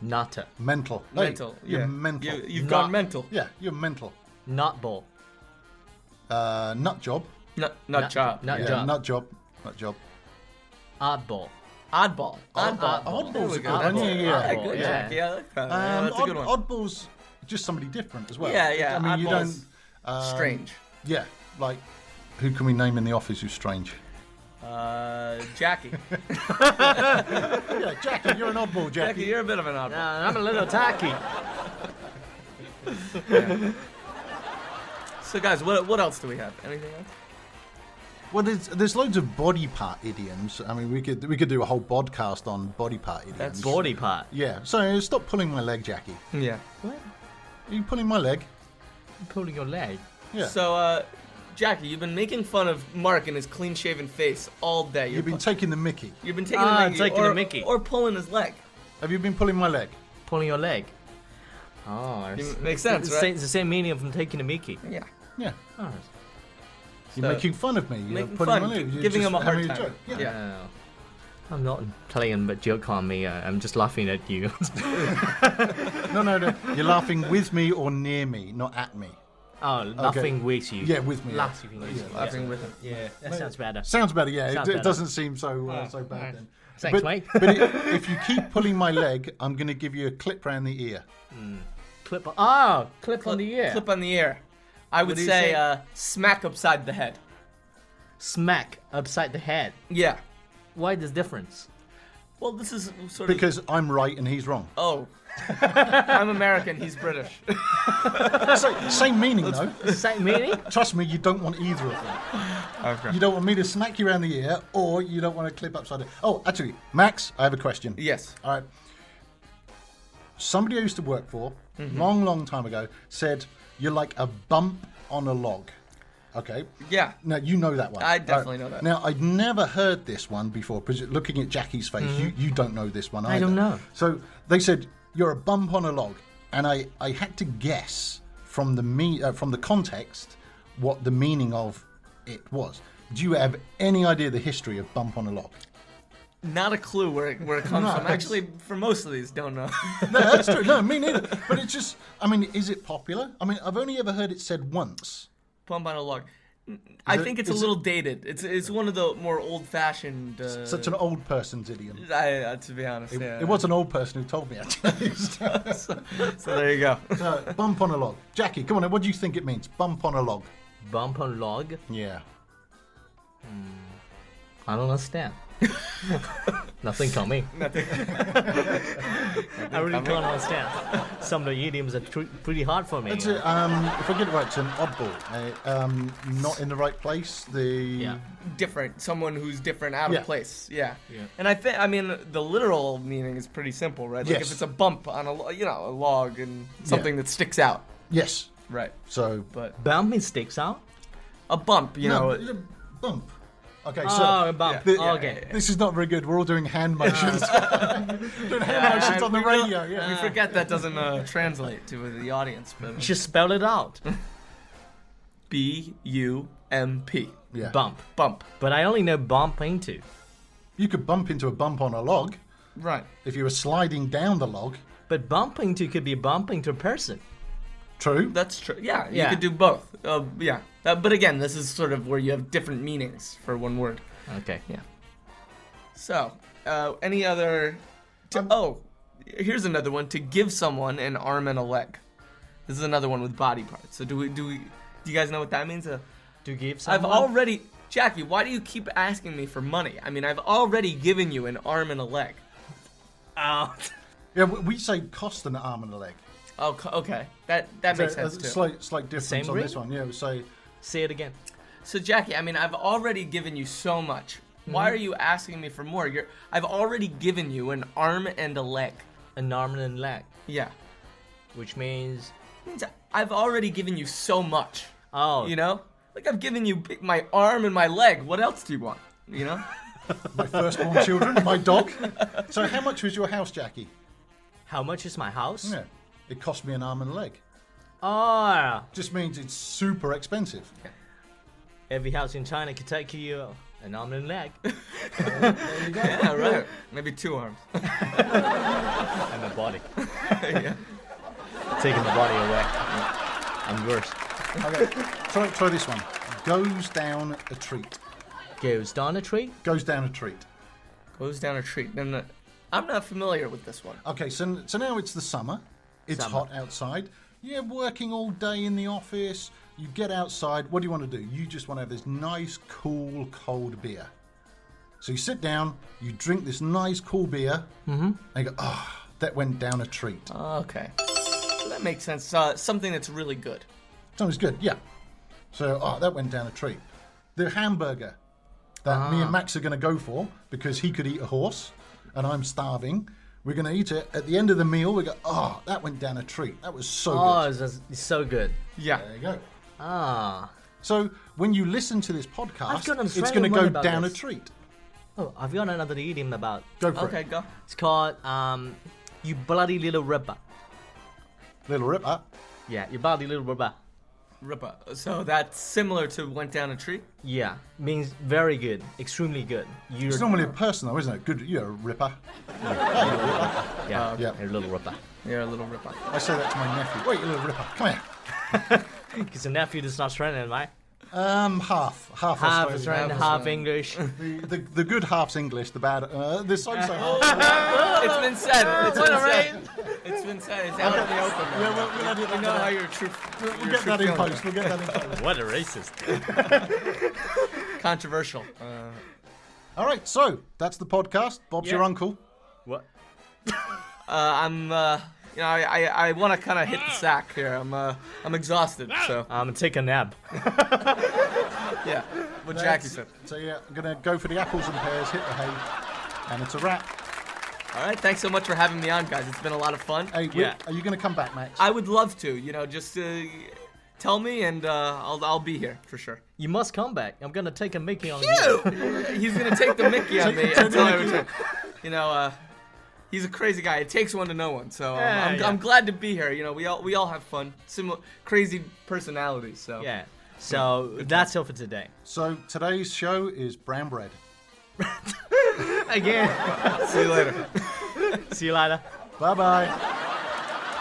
Speaker 3: Nutter.
Speaker 1: mental. Hey,
Speaker 4: mental.
Speaker 1: You're
Speaker 4: yeah,
Speaker 1: mental.
Speaker 4: You,
Speaker 3: Not-
Speaker 4: you've gone mental.
Speaker 1: yeah, you're mental.
Speaker 3: Nutball.
Speaker 1: Uh, nut job.
Speaker 4: Nut, nut,
Speaker 3: Nut-
Speaker 4: job.
Speaker 3: nut-
Speaker 1: yeah,
Speaker 3: job.
Speaker 1: Nut job. Nut job.
Speaker 3: Oddball.
Speaker 4: Oddball. Oh, Oddball.
Speaker 1: Oddball's
Speaker 4: There we
Speaker 1: a
Speaker 4: go.
Speaker 1: good one.
Speaker 4: Oddball.
Speaker 1: Yeah, yeah.
Speaker 4: Ah, good,
Speaker 3: Yeah.
Speaker 4: Jack. Yeah, I like that. Yeah,
Speaker 1: Um,
Speaker 4: that's a good
Speaker 1: odd-
Speaker 4: one.
Speaker 1: Oddball's just somebody different as well.
Speaker 4: Yeah, yeah,
Speaker 1: I mean, you
Speaker 4: oddball's
Speaker 1: don't. Um,
Speaker 4: Strange.
Speaker 1: Yeah, like who can we name in the office who's strange?
Speaker 4: Uh,
Speaker 1: [LAUGHS]
Speaker 4: Jackie.
Speaker 1: yeah, Jackie, you're an oddball,
Speaker 4: Jackie, you're a bit of an
Speaker 3: Uh,
Speaker 4: oddball.
Speaker 3: I'm a little tacky.
Speaker 4: So, guys, what, what else do we have? Anything else?
Speaker 1: Well, there's there's loads of body part idioms. I mean, we could we could do a whole podcast on body part idioms.
Speaker 4: That's
Speaker 3: Body part.
Speaker 1: Yeah. So stop pulling my leg, Jackie.
Speaker 4: Yeah.
Speaker 1: Are you pulling my leg?
Speaker 3: Pulling your leg.
Speaker 1: Yeah.
Speaker 4: So, uh, Jackie, you've been making fun of Mark and his clean-shaven face all day. You're
Speaker 1: You've been
Speaker 4: pu-
Speaker 1: taking the Mickey.
Speaker 4: you've been taking
Speaker 3: Ah,
Speaker 4: the Mickey,
Speaker 3: taking
Speaker 4: or,
Speaker 3: the Mickey.
Speaker 4: or pulling his leg.
Speaker 1: Have you been pulling my leg?
Speaker 3: Pulling your leg. Oh, I see.
Speaker 4: makes sense,
Speaker 3: It's the same-
Speaker 4: right?
Speaker 3: It's the same meaning from taking a Mickey.
Speaker 4: Yeah.
Speaker 1: Yeah.
Speaker 3: Oh,
Speaker 1: You're
Speaker 4: So-
Speaker 1: making fun of me. You're
Speaker 4: Making
Speaker 1: pulling
Speaker 4: fun,
Speaker 1: my leg.
Speaker 4: gi-
Speaker 1: You're
Speaker 4: giving
Speaker 1: just
Speaker 4: him a hard
Speaker 1: having
Speaker 4: time.
Speaker 1: joke. Yeah.
Speaker 4: Yeah.
Speaker 3: no. Oh. I'm not playing a joke on me. uh, I'm just laughing at you. [LAUGHS]
Speaker 4: Oh,
Speaker 1: No, no, no. You're laughing with me or near me, not at me.
Speaker 3: oh, nothing wakes you.
Speaker 1: Yeah, with me.
Speaker 3: Laughs you can use.
Speaker 1: Yeah.
Speaker 4: Laughing with him.
Speaker 3: Yeah, that sounds better.
Speaker 1: Sounds better, yeah.
Speaker 3: Sounds
Speaker 1: it,
Speaker 3: better.
Speaker 1: it doesn't seem so uh, so bad then.
Speaker 3: Thanks,
Speaker 1: but
Speaker 3: mate.
Speaker 1: but i if you keep pulling my leg, I'm going to give you a clip round the ear.
Speaker 3: Clip on. Oh, clip on the ear.
Speaker 4: Clip on the ear. I would
Speaker 3: do
Speaker 4: say,
Speaker 3: you say?
Speaker 4: Uh, smack upside the head.
Speaker 3: Smack upside the head.
Speaker 4: Yeah.
Speaker 3: Why this difference?
Speaker 4: Well, this is sort of
Speaker 1: Because I'm right and he's
Speaker 4: [LAUGHS]
Speaker 1: wrong.
Speaker 4: Oh. I'm American, he's British.
Speaker 1: So, same meaning, though.
Speaker 3: Same meaning?
Speaker 4: [LAUGHS]
Speaker 1: Trust me, you don't want either of them.
Speaker 4: Okay.
Speaker 1: You don't want me to smack you around the ear, or you don't want to clip upside it. Oh, actually, Max, I have a question.
Speaker 4: Yes.
Speaker 1: All right. Somebody I used to work for,
Speaker 4: Mm-hmm.
Speaker 1: long, long time ago, said you're like a bump on a log. Okay.
Speaker 4: Yeah.
Speaker 1: Now you know that one.
Speaker 4: I definitely know that.
Speaker 1: Now I'd never heard this one before. Because looking at Jackie's face,
Speaker 4: Mm-hmm.
Speaker 1: you, you don't know this one. Either.
Speaker 3: don't know.
Speaker 1: So they said you're a bump on a log, and I, I had to guess from the me uh, from the context what the meaning of it was. Do you have any idea the history of bump on a log?
Speaker 4: Not a clue where it, where it comes
Speaker 1: No,
Speaker 4: from.
Speaker 1: it's-
Speaker 4: Actually, for most of these, don't know. [LAUGHS]
Speaker 1: No, that's true. No, me neither. But it's just, I mean, is it popular? I mean, I've only ever heard it said once.
Speaker 4: Bump on a log. I
Speaker 1: it-
Speaker 4: think it's a
Speaker 1: is
Speaker 4: little dated. It's it's one of the more old-fashioned. Uh,
Speaker 1: Such an old person's idiom.
Speaker 4: I, uh, to be honest, yeah.
Speaker 1: It was an old person who told me actually.
Speaker 4: so, so there you go. [LAUGHS]
Speaker 1: Uh, bump on a log. Jackie, come on, what do you think it means? Bump on a log.
Speaker 3: Bump on log?
Speaker 1: Yeah.
Speaker 3: I don't [LAUGHS] understand. Nothing coming. I really don't understand. [LAUGHS] Some of the idioms are tr- pretty hard for me.
Speaker 1: That's it. Um, if I get it right, it's an oddball. Uh, um, not in the right place. The
Speaker 3: Yeah.
Speaker 4: different. Someone who's different, out
Speaker 1: Yeah.
Speaker 4: of place. Yeah.
Speaker 3: Yeah.
Speaker 4: And I think I mean the literal meaning is pretty simple, right? Like
Speaker 1: Yes.
Speaker 4: if it's a bump on a lo- you know a log and something that sticks out,
Speaker 1: yes.
Speaker 4: right?
Speaker 1: So
Speaker 4: But
Speaker 3: Bumping sticks out?
Speaker 4: a bump, you
Speaker 1: no,
Speaker 4: know.
Speaker 1: it's a bump. Okay, so
Speaker 3: Oh, a bump.
Speaker 1: the- uh,
Speaker 3: Oh, okay.
Speaker 1: this is not very good. We're all doing hand motions. [LAUGHS] doing hand motions on the radio.
Speaker 4: We
Speaker 1: Yeah.
Speaker 4: forget that doesn't uh, translate to the audience,
Speaker 3: You
Speaker 4: but
Speaker 3: should spell it out.
Speaker 4: B U M P.
Speaker 1: yeah.
Speaker 3: Bump.
Speaker 4: Bump.
Speaker 3: But I only know bump into.
Speaker 1: You could bump into a bump on a log
Speaker 4: Right.
Speaker 1: if you were sliding down the log.
Speaker 3: But bumping to could be bumping to a person.
Speaker 1: True.
Speaker 4: That's true. Yeah, you
Speaker 3: Yeah.
Speaker 4: could do both. Uh, yeah. Uh, but again, this is sort of where you have different meanings for one word.
Speaker 3: Okay.
Speaker 4: Yeah. So, uh, any other. To, oh, here's another one to give someone an arm and a leg. This is another one with body parts. So, do we. Do we do you guys know what that means? Uh,
Speaker 3: To give someone.
Speaker 4: I've already. Jackie, why do you keep asking me for money? I mean, I've already given you an arm and a leg.
Speaker 3: out.
Speaker 1: Yeah, we we say cost an arm and a leg.
Speaker 4: Oh, co- okay. That that makes
Speaker 1: So, uh,
Speaker 4: sense too.
Speaker 1: Slight, slight difference
Speaker 3: Same
Speaker 1: on
Speaker 3: ring?
Speaker 1: this one. Yeah, we say
Speaker 3: Say it again.
Speaker 4: So Jackie, I mean, I've already given you so much. Why are you asking me for more? You're, I've already given you an arm and a leg.
Speaker 3: An arm and leg,
Speaker 4: Yeah.
Speaker 3: which means
Speaker 4: means I've already given you so much.
Speaker 3: Oh.
Speaker 4: You know? Like I've given you b- my arm and my leg. What else do you want? You know?
Speaker 1: My firstborn children, my dog. [LAUGHS] So, how much was your house, Jackie?
Speaker 3: How much is my house?
Speaker 1: Yeah, it cost me an arm and a leg.
Speaker 3: Oh,
Speaker 1: Just means it's super expensive.
Speaker 3: every house in China could take you an arm and a [LAUGHS] leg
Speaker 4: [LAUGHS] yeah, right. [LAUGHS] Maybe two arms.
Speaker 3: and a body.
Speaker 4: yeah.
Speaker 3: Taking the body away. I'm worse.
Speaker 1: Okay, [LAUGHS] try, try this one. Goes down a treat.
Speaker 3: Goes down a tree.
Speaker 1: Goes down a treat.
Speaker 4: Goes down a tree. No, no. I'm not familiar with this one.
Speaker 1: Okay, so so now it's the summer. It's
Speaker 3: Summer.
Speaker 1: hot outside. You're working all day in the office. You get outside. What do you want to do? You just want to have this nice, cool, cold beer. So you sit down. You drink this nice, cool beer,
Speaker 3: Mm-hmm.
Speaker 1: and you go, "Ah, that went down a treat."
Speaker 3: Uh.
Speaker 4: Okay. So that makes sense. Uh, something that's really good.
Speaker 1: Sounds good, yeah. So, oh, that went down a treat. The hamburger that me
Speaker 3: Ah.
Speaker 1: and Max are going to go for because he could eat a horse and I'm starving. We're going to eat it. At the end of the meal, we go, oh, that went down a treat. That was so
Speaker 3: Oh,
Speaker 1: good.
Speaker 3: it's, just- it's so good.
Speaker 4: Yeah.
Speaker 1: There you go.
Speaker 3: Ah.
Speaker 1: So, when you listen to this podcast,
Speaker 3: got an
Speaker 1: it's going to
Speaker 3: Australian one
Speaker 1: go
Speaker 3: about
Speaker 1: down
Speaker 3: this.
Speaker 1: a treat.
Speaker 3: Oh, I've got another idiom about.
Speaker 1: Go for
Speaker 4: Okay,
Speaker 1: it.
Speaker 4: go.
Speaker 3: It's called um, you bloody little rubber.
Speaker 1: Little Ripper.
Speaker 3: Yeah, you bloody little rubber.
Speaker 4: Ripa. So that's similar to went down a tree.
Speaker 3: Yeah, means very good, extremely good. You're
Speaker 1: It's normally a person, though, isn't it? Good, you're a Ripper.
Speaker 3: yeah,
Speaker 1: yeah.
Speaker 3: you're a
Speaker 1: [LAUGHS]
Speaker 3: little rubber.
Speaker 4: You're a little Ripa.
Speaker 1: I say that to my nephew. Wait, you little Ripper. Come here.
Speaker 3: Because your nephew is not Australian, right?
Speaker 1: Um, half. Half,
Speaker 3: Half
Speaker 1: Australian.
Speaker 3: Australian,
Speaker 4: half
Speaker 3: half
Speaker 1: [LAUGHS]
Speaker 4: Australian.
Speaker 3: English.
Speaker 1: The, the, the good half's English, the bad. Uh, they're so, so half.
Speaker 3: [LAUGHS]
Speaker 4: It's been
Speaker 1: Oh,
Speaker 4: said. It's been said. It's been said. It's out in the open. now.
Speaker 1: Yeah, we'll, we'll edit
Speaker 4: You
Speaker 1: that
Speaker 4: know
Speaker 1: out.
Speaker 4: how your true,
Speaker 1: We'll
Speaker 4: your
Speaker 1: get
Speaker 4: true
Speaker 1: that in
Speaker 4: feelings
Speaker 1: post. We'll get that in post.
Speaker 5: What a racist.
Speaker 4: are. Controversial. Uh,
Speaker 1: All right, so that's the podcast. Bob's your uncle.
Speaker 5: What?
Speaker 4: I'm, uh, you know, I, I, I want to kind of hit the sack here. I'm, uh, I'm exhausted. So
Speaker 3: I'm gonna take a nap.
Speaker 4: yeah, what Jackie said.
Speaker 1: So yeah, I'm gonna go for the apples and pears, hit the hay, and it's a wrap.
Speaker 4: All right, thanks so much for having me on, guys. It's been a lot of fun.
Speaker 1: Hey, Will,
Speaker 5: Yeah.
Speaker 1: are you gonna come back, Max?
Speaker 4: I would love to, you know, just uh, tell me and uh, I'll, I'll be here for sure.
Speaker 3: You must come back. I'm gonna take a Mickey on you.
Speaker 4: he's gonna take the Mickey on me
Speaker 1: Take the
Speaker 4: until I
Speaker 1: Mickey.
Speaker 4: return. You know, uh, he's a crazy guy. It takes one to know one. So um,
Speaker 5: Yeah,
Speaker 4: I'm,
Speaker 5: yeah.
Speaker 4: I'm glad to be here. You know, we all we all have fun, similar crazy personalities. So
Speaker 3: Yeah. So that's all for today.
Speaker 1: So today's show is brown bread.
Speaker 3: Again.
Speaker 4: see you later.
Speaker 3: See you later.
Speaker 1: Bye bye.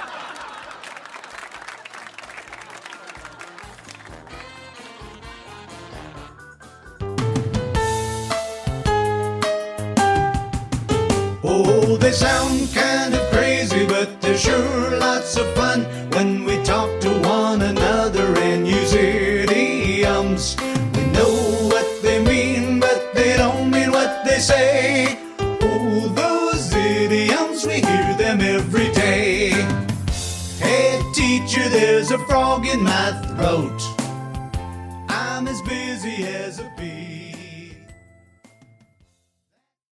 Speaker 6: Oh, they sound kind of crazy, but they're sure lots of fun when we talk to one another and use idioms. We know what they mean, but they don't mean what they say. Oh, those idioms, we hear them every day. Hey, teacher, there's a frog in my throat. I'm as busy as a bee.